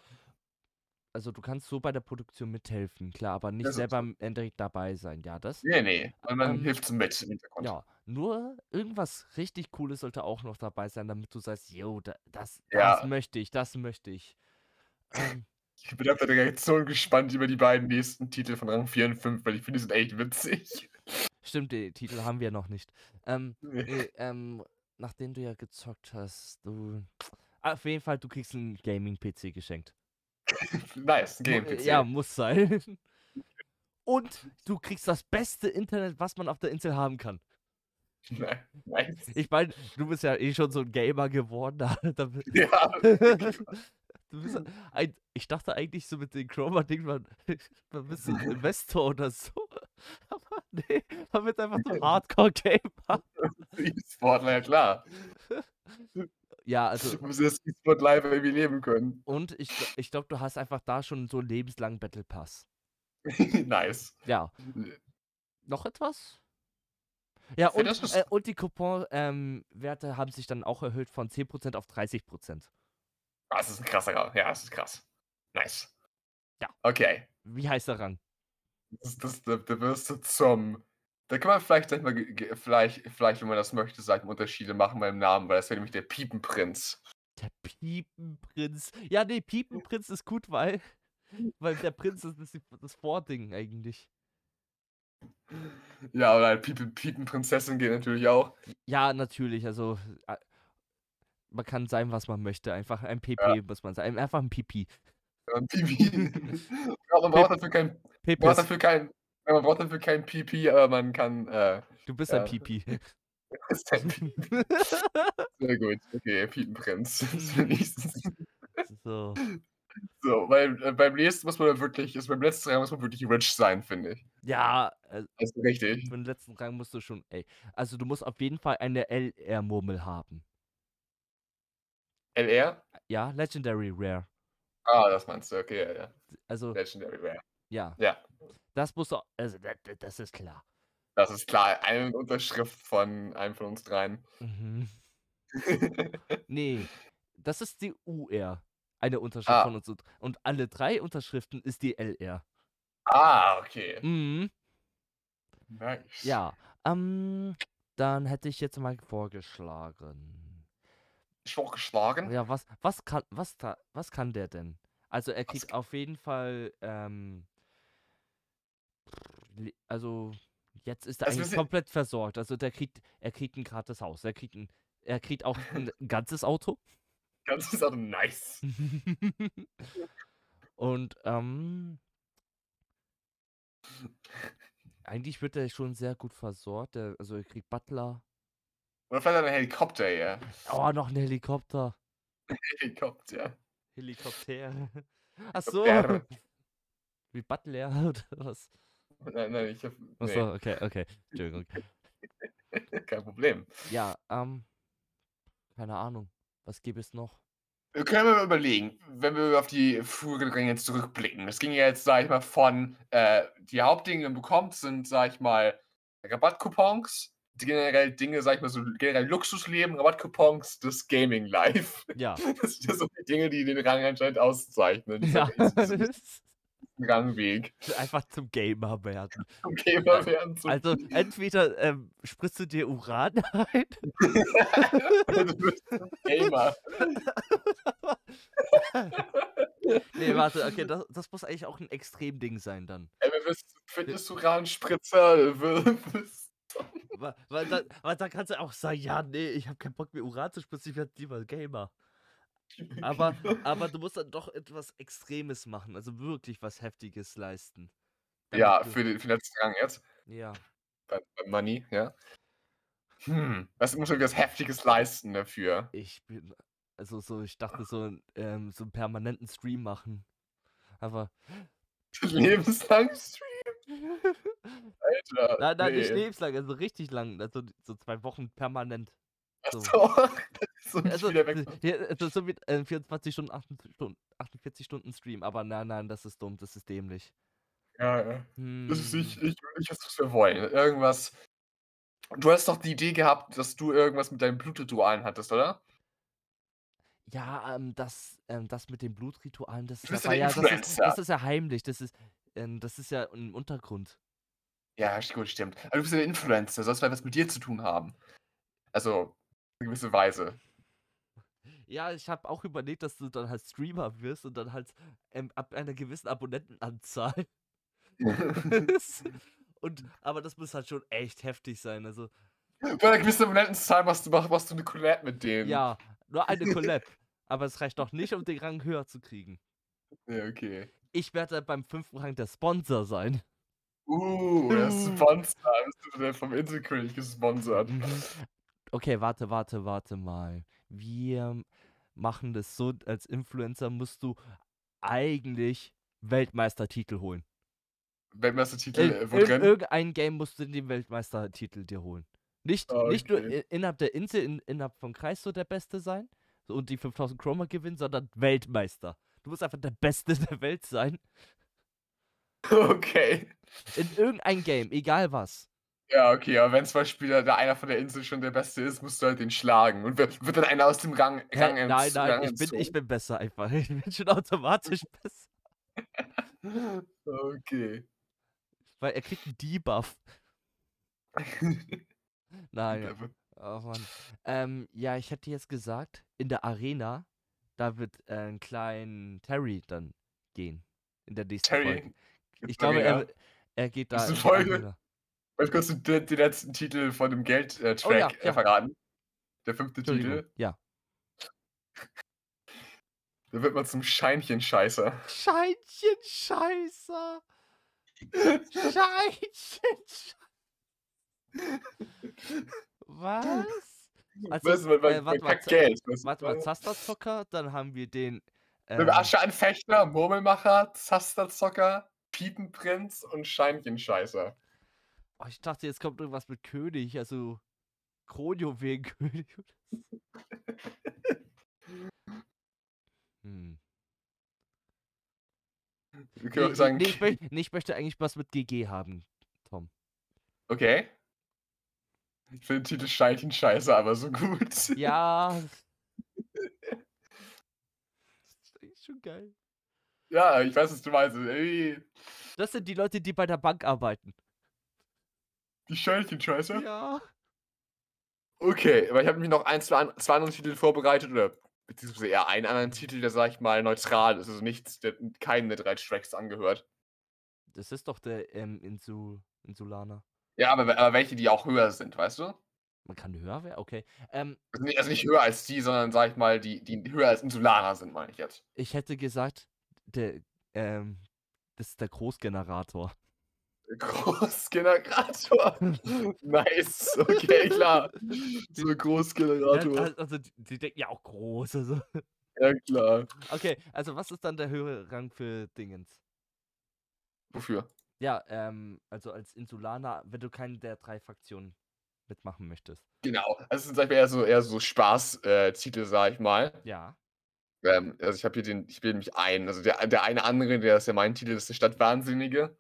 A: Also, du kannst so bei der Produktion mithelfen, klar, aber nicht
B: Das ist
A: selber am Ende direkt dabei sein. Ja, das.
B: Nee, nee. Und man
A: Ähm,
B: hilft so mit im Hintergrund.
A: Ja, nur irgendwas richtig Cooles sollte auch noch dabei sein, damit du sagst, yo, da, das, das
B: Ja.
A: möchte ich, das möchte ich. Ähm,
B: Ich bin auf der Reaktion gespannt über die beiden nächsten Titel von Rang 4 und 5, weil ich finde, die sind echt witzig.
A: stimmt, den Titel haben wir noch nicht. Ähm,
B: Nee.
A: nee, ähm, nachdem du ja gezockt hast, du. Auf jeden Fall, du kriegst einen Gaming-PC geschenkt.
B: nice,
A: Mu-
B: Game PC.
A: äh, Ja, muss sein. Und du kriegst das beste Internet, was man auf der Insel haben kann.
B: nice.
A: Ich meine, du bist ja eh schon so ein Gamer geworden. Da, da,
B: Ja,
A: du bist ein, ich dachte eigentlich so mit den Chroma-Ding, man, man bist so ein Investor oder so. Aber nee, man wird einfach so ein Hardcore-Gamer.
B: E-Sportler, ja klar.
A: Ja, also,
B: Du musst das E-Sport live irgendwie leben können.
A: und ich, gl- ich glaube, du hast einfach da schon so einen lebenslangen Battle Pass.
B: nice.
A: Ja, noch etwas? Ja,
B: Für
A: und,
B: das ist-
A: äh, und die Coupon-Werte haben sich dann auch erhöht von 10% auf 30%.
B: Ah, Das ist ein krasser Rang. Ja, das ist krass. Nice.
A: Ja.
B: Okay.
A: Wie heißt der Rang?
B: Das, das, da, da wirst du zum. Da kann man vielleicht, sag ich mal, ge- ge- vielleicht, vielleicht, wenn man das möchte, sagen, Unterschiede machen beim Namen, weil das wäre nämlich der Piepenprinz.
A: Der Piepenprinz. Ja, nee, Piepenprinz ist gut, weil, weil der Prinz ist das, das Vording eigentlich.
B: Ja, oder halt Piepen, Piepenprinzessin geht natürlich auch.
A: Ja, natürlich, also äh, man kann sein, was man möchte. Einfach ein PP muss man sein. Einfach ein Pipi.
B: Und Pipi. man braucht dafür kein. Man braucht
A: Pipis,
B: dafür kein. Man braucht dafür kein Pipi, aber man kann. Äh,
A: du bist ein
B: ja.
A: Pipi.
B: Sehr gut. Okay, Piepenprinz. Das ist wenigstens-
A: so.
B: So, weil äh, beim nächsten muss man dann wirklich, ist beim letzten Jahr muss man wirklich rich sein, finde ich.
A: Ja, äh,
B: Das ist richtig.
A: für den letzten Rang musst du schon, ey. Also du musst auf jeden Fall eine LR-Murmel haben.
B: LR?
A: Ja, Legendary Rare.
B: Ah, das meinst du, okay, ja, ja.
A: Also,
B: Legendary Rare.
A: ja.
B: Ja.
A: Das musst du, also das, das ist klar.
B: Das ist klar, eine Unterschrift von einem von uns dreien.
A: Mhm. Nee, das ist die UR. Eine Unterschrift
B: Ah.
A: von uns. und- Und alle drei Unterschriften ist die LR.
B: ah, okay.
A: Mhm.
B: Nice.
A: Ja, ähm, dann hätte ich jetzt mal vorgeschlagen.
B: Ich wurde geschlagen.
A: Ja, was, was kann, was, da, was kann der denn? Also er
B: Was
A: kriegt auf jeden Fall, ähm, le- also jetzt ist er
B: Das
A: eigentlich
B: müssen-
A: komplett versorgt. Also der kriegt, er kriegt ein gratis Haus, er kriegt ein, er kriegt auch ein ganzes Auto.
B: Ganz gesagt, nice.
A: Und ähm, eigentlich wird er schon sehr gut versorgt. Der, also er kriegt Butler.
B: Oder vielleicht ein Helikopter, ja.
A: Oh, noch ein Helikopter.
B: Helikopter.
A: Helikopter. Ach so.
B: Helikopter.
A: Wie Butler oder was?
B: Nein, nein, ich hab.
A: Ach
B: Nee,
A: so, okay, okay. Entschuldigung.
B: kein Problem.
A: Ja, ähm, keine Ahnung. Was gäbe es noch?
B: Wir können mal überlegen, wenn wir auf die früheren Ränge zurückblicken. Es ging ja jetzt, sag ich mal, von äh, die Hauptdinge, die man bekommt, sind, sag ich mal, Rabattcoupons, die generell Dinge, sag ich mal, so generell Luxusleben, Rabattcoupons, das Gaming Life.
A: Ja.
B: Das sind ja so die Dinge, die den Rang anscheinend auszeichnen.
A: ja.
B: Dieser, diesen Rangweg.
A: Einfach zum Gamer werden.
B: Zum Gamer werden zu
A: Also entweder ähm, spritzt du dir Uran ein
B: du wirst zum Gamer.
A: Nee, warte, okay, das, das muss eigentlich auch ein Extremding sein dann.
B: Ey, Du wirst zum Fitness-Uran-Spritzer. du wirst-
A: Weil, weil, da, weil da kannst du auch sagen, ja, nee, ich habe keinen Bock mehr Uran zu spritzen, ich werde lieber Gamer. Aber, aber du musst dann doch etwas Extremes machen, also wirklich was Heftiges leisten. damit
B: Ja,
A: du-
B: für den, für den letzten Rang jetzt.
A: ja.
B: Bei, bei Money, ja. Hm, das muss schon was Heftiges leisten dafür.
A: Ich bin, also so, ich dachte so, ähm, so einen permanenten Stream machen. Aber,
B: Lebenslang Stream, Alter.
A: nein, nein,
B: nee.
A: nicht lebenslang, also richtig lang, also so zwei Wochen permanent.
B: Ach
A: so.
B: So, so nicht
A: Also,
B: wieder weg.
A: äh, ja, also so wie äh, 24 Stunden, 48 Stunden, 48 Stunden Stream, aber nein, nein, das ist dumm, das ist dämlich.
B: Ja, ja.
A: Hm.
B: Das ist nicht, nicht, nicht was wir wollen. Irgendwas. Du hast doch die Idee gehabt, dass du irgendwas mit deinen Blutritualen hattest, oder?
A: Ja, ähm, das, ähm, das mit den Blutritualen, das,
B: Du
A: das
B: bist ja
A: war
B: der
A: ja, das ist,
B: Influencer.
A: das ist ja heimlich, das ist, ähm, das ist ja im Untergrund.
B: Ja, st- gut, stimmt. Aber du bist ja der Influencer, sollst vielleicht was mit dir zu tun haben. Also, in gewisser Weise.
A: Ja, ich habe auch überlegt, dass du dann halt Streamer wirst und dann halt ähm, ab einer gewissen Abonnentenanzahl bist. Und, aber das muss halt schon echt heftig sein. Also,
B: Bei einer gewissen Abonnentenzahl machst du, mach- machst du eine Collab mit denen.
A: ja, nur eine Collab. aber es reicht doch nicht, um den Rang höher zu kriegen.
B: Ja, okay.
A: Ich werde dann beim fünften Rang der Sponsor sein.
B: Uh, der
A: Uh.
B: Sponsor. Bist du denn vom Inselkönig gesponsert?
A: Mhm. Okay, warte, warte, warte mal. Wir machen das so, als Influencer musst du eigentlich Weltmeistertitel holen.
B: Weltmeistertitel
A: In,
B: äh, wo
A: in
B: drin?
A: irgendein Game musst du den Weltmeistertitel dir holen. Nicht,
B: Ah,
A: nicht nur
B: okay.
A: i- innerhalb der Insel, in, innerhalb vom Kreis so der Beste sein so und die 5000 Chroma gewinnen, sondern Weltmeister. Du musst einfach der Beste der Welt sein. äh.
B: Okay.
A: In irgendein Game, egal was.
B: Ja, okay, aber wenn zwei Spieler, da einer von der Insel schon der Beste ist, musst du halt den schlagen. Und wird, wird dann einer aus dem Rang,
A: Hä?
B: Rang
A: nein,
B: entz-
A: nein,
B: Rang
A: ich bin, ich
B: entzogen?
A: bin besser einfach. Ich bin schon automatisch besser.
B: Okay.
A: Weil er kriegt einen Debuff. Nein.
B: Der wird-
A: Oh Mann. Ähm, ja, ich hätte jetzt gesagt, in der Arena, da wird äh, ein kleinen Terry dann gehen. In der nächsten Folge.
B: Terry,
A: Ich
B: gibt's
A: glaube, er,
B: Arena?
A: wi- er geht da.
B: Nächste
A: in die
B: Folge?
A: Arena.
B: Vielleicht kannst du den, den letzten Titel von dem Geld-Track
A: Oh ja,
B: äh,
A: ja.
B: verraten. Der fünfte
A: Entschuldigung.
B: Titel.
A: Ja.
B: Da wird man zum Scheinchen-Scheißer.
A: Scheinchen, Scheißer. Scheinchen, Scheißer. Was? Also,
B: weißt du, man, man,
A: äh,
B: man
A: warte mal,
B: kackt
A: Z-
B: Geld. weißt du?
A: Warte mal, Zasterzocker, dann haben wir den.
B: Mit
A: Ähm,
B: Ascheanfechter, Murmelmacher, Zasterzocker, Piepenprinz und Scheinchen-Scheißer.
A: oh, ich dachte, jetzt kommt irgendwas mit König, also Kronio wegen König. hm.
B: Wir können
A: Nee,
B: auch sagen,
A: nee, ich, möcht, nee, ich möchte eigentlich was mit GG haben, Tom.
B: Okay. Ich finde den Titel Scheinchen scheiße, aber so gut.
A: Ja. das ist eigentlich schon geil.
B: Ja, ich weiß, was du meinst. Ey,
A: Das sind die Leute, die bei der Bank arbeiten.
B: die Scheinchen scheiße.
A: Ja.
B: Okay, aber ich habe mich noch ein, zwei, an- zwei andere Titel vorbereitet oder beziehungsweise eher einen anderen Titel, der, sag ich mal, neutral ist. Also nichts, der keinen der drei Tracks angehört.
A: Das ist doch der ähm, Insul Insulaner.
B: Ja, aber, we- aber welche, die auch höher sind, weißt du?
A: Man kann höher werden? Okay. Ähm,
B: Also nicht, also nicht höher als die, sondern, sag ich mal, die, die höher als Insulana sind, meine ich jetzt.
A: ich hätte gesagt, der, ähm, das ist der Großgenerator.
B: Großgenerator. nice. Okay, klar. So ein
A: Ja,
B: Großgenerator.
A: al- also, die, die denken ja auch groß. Also.
B: Ja, klar.
A: Okay, also was ist dann der höhere Rang für Dingens?
B: Wofür?
A: Ja, ähm, also als Insulaner, wenn du keinen der drei Fraktionen mitmachen möchtest.
B: Genau. Also es sind, sag ich mal, eher so, eher so Spaß-Titel, sag ich mal.
A: Ja.
B: Ähm, also ich habe hier den, ich bilde mich ein. Also der, der eine andere, der ist ja mein Titel, das ist der Stadtwahnsinnige.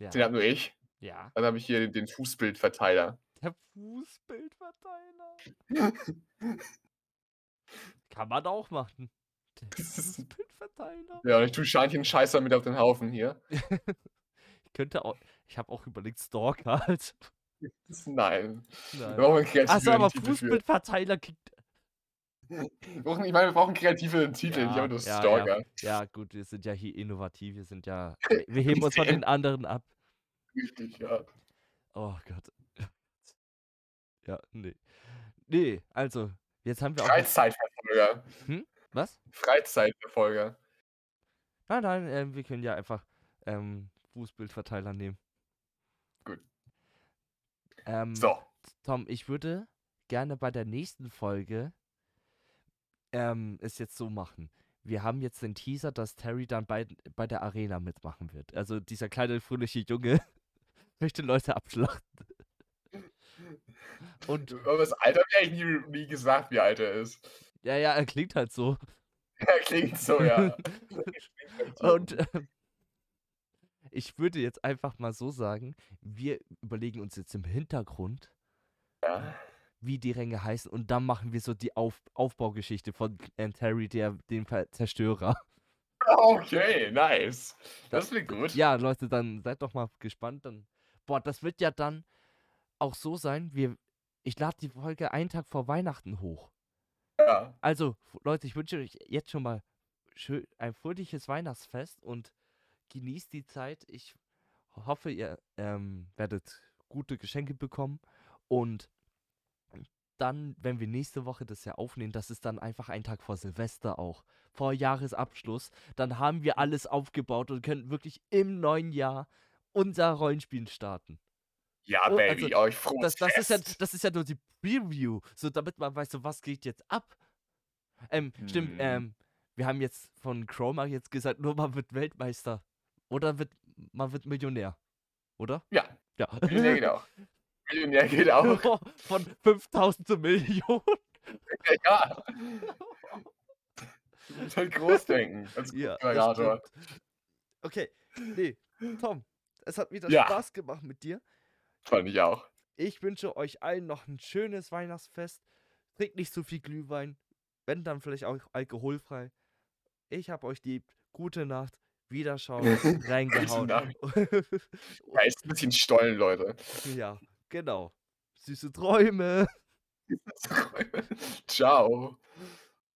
A: Ja.
B: Den habe nur ich.
A: ja.
B: Dann habe ich hier den, den Fußbildverteiler.
A: Der Fußbildverteiler. Kann man auch machen. Der
B: Das ist-
A: Fußbildverteiler.
B: Ja, und ich tue Scheinchen Scheißer mit auf den Haufen hier.
A: Ich könnte auch. Ich habe auch überlegt, Stalker als.
B: Nein. Wir
A: Nein.
B: brauchen einen
A: Achso,
B: kreativeren
A: aber
B: Titel für.
A: Fußbildverteiler kriegt.
B: Wir brauchen, ich meine, wir brauchen einen kreativeren Titel, nicht
A: Ja,
B: einfach nur
A: ja, ja.
B: Stalker.
A: Ja, gut, wir sind ja hier innovativ. Wir sind ja. Wir wir heben uns von
B: Richtig.
A: den anderen ab.
B: Richtig, ja.
A: Oh Gott. Ja, nee. Nee, also, jetzt haben wir auch. noch-
B: Freizeitverfolger.
A: Was?
B: Freizeitverfolger.
A: Nein, nein, ähm, wir können ja einfach ähm, Fußbildverteiler nehmen.
B: Gut.
A: Ähm,
B: So.
A: Tom, ich würde gerne bei der nächsten Folge ähm, es jetzt so machen. Wir haben jetzt den Teaser, dass Terry dann bei, bei der Arena mitmachen wird. Also dieser kleine fröhliche Junge möchte Leute abschlachten. Und
B: Aber das Alter hab ich eigentlich nie, nie gesagt, wie alt er ist.
A: ja, ja, er klingt halt so.
B: Er klingt so, ja. Klingt so.
A: Und ähm, ich würde jetzt einfach mal so sagen, wir überlegen uns jetzt im Hintergrund,
B: ja.
A: wie die Ränge heißen und dann machen wir so die Auf Aufbaugeschichte von Glenn Terry, der, dem Ver- Zerstörer.
B: Okay, nice. Das klingt gut.
A: Ja, Leute, dann seid doch mal gespannt. Dann, boah, das wird ja dann auch so sein, wir, ich lade die Folge einen Tag vor Weihnachten hoch.
B: Ja.
A: Also, f- Leute, ich wünsche euch jetzt schon mal schön, ein fröhliches Weihnachtsfest und genießt die Zeit. Ich hoffe, ihr ähm, werdet gute Geschenke bekommen. Und dann, wenn wir nächste Woche das ja aufnehmen, das ist dann einfach ein Tag vor Silvester auch, vor Jahresabschluss, dann haben wir alles aufgebaut und können wirklich im neuen Jahr unser Rollenspiel starten.
B: Ja,
A: Oh,
B: Baby,
A: also,
B: euch
A: Das,
B: frohes
A: das, ist ja,
B: Fest.
A: das ist ja nur die Preview, so damit man weiß, so was geht jetzt ab. Ähm, stimmt,
B: Hm.
A: ähm, wir haben jetzt von Chroma jetzt gesagt, nur man wird Weltmeister. Oder wird, man wird Millionär. Oder?
B: Ja,
A: Ja. genau.
B: Millionär geht auch. Millionär geht auch.
A: Von 5000 zu Millionen.
B: Ja. Du musst halt groß denken. Als
A: Ja, das
B: Moderator.
A: stimmt. Okay, nee, Tom, es hat wieder
B: Ja.
A: Spaß gemacht mit dir.
B: Fand ich auch.
A: Ich wünsche euch allen noch ein schönes Weihnachtsfest. Trinkt nicht zu viel Glühwein. Wenn dann vielleicht auch alkoholfrei. Ich hab euch lieb. Gute Nacht. Wiederschauen. Reingehauen.
B: Nacht. Ja, ist ein bisschen Stollen, Leute.
A: ja, genau. Süße Träume.
B: Ciao.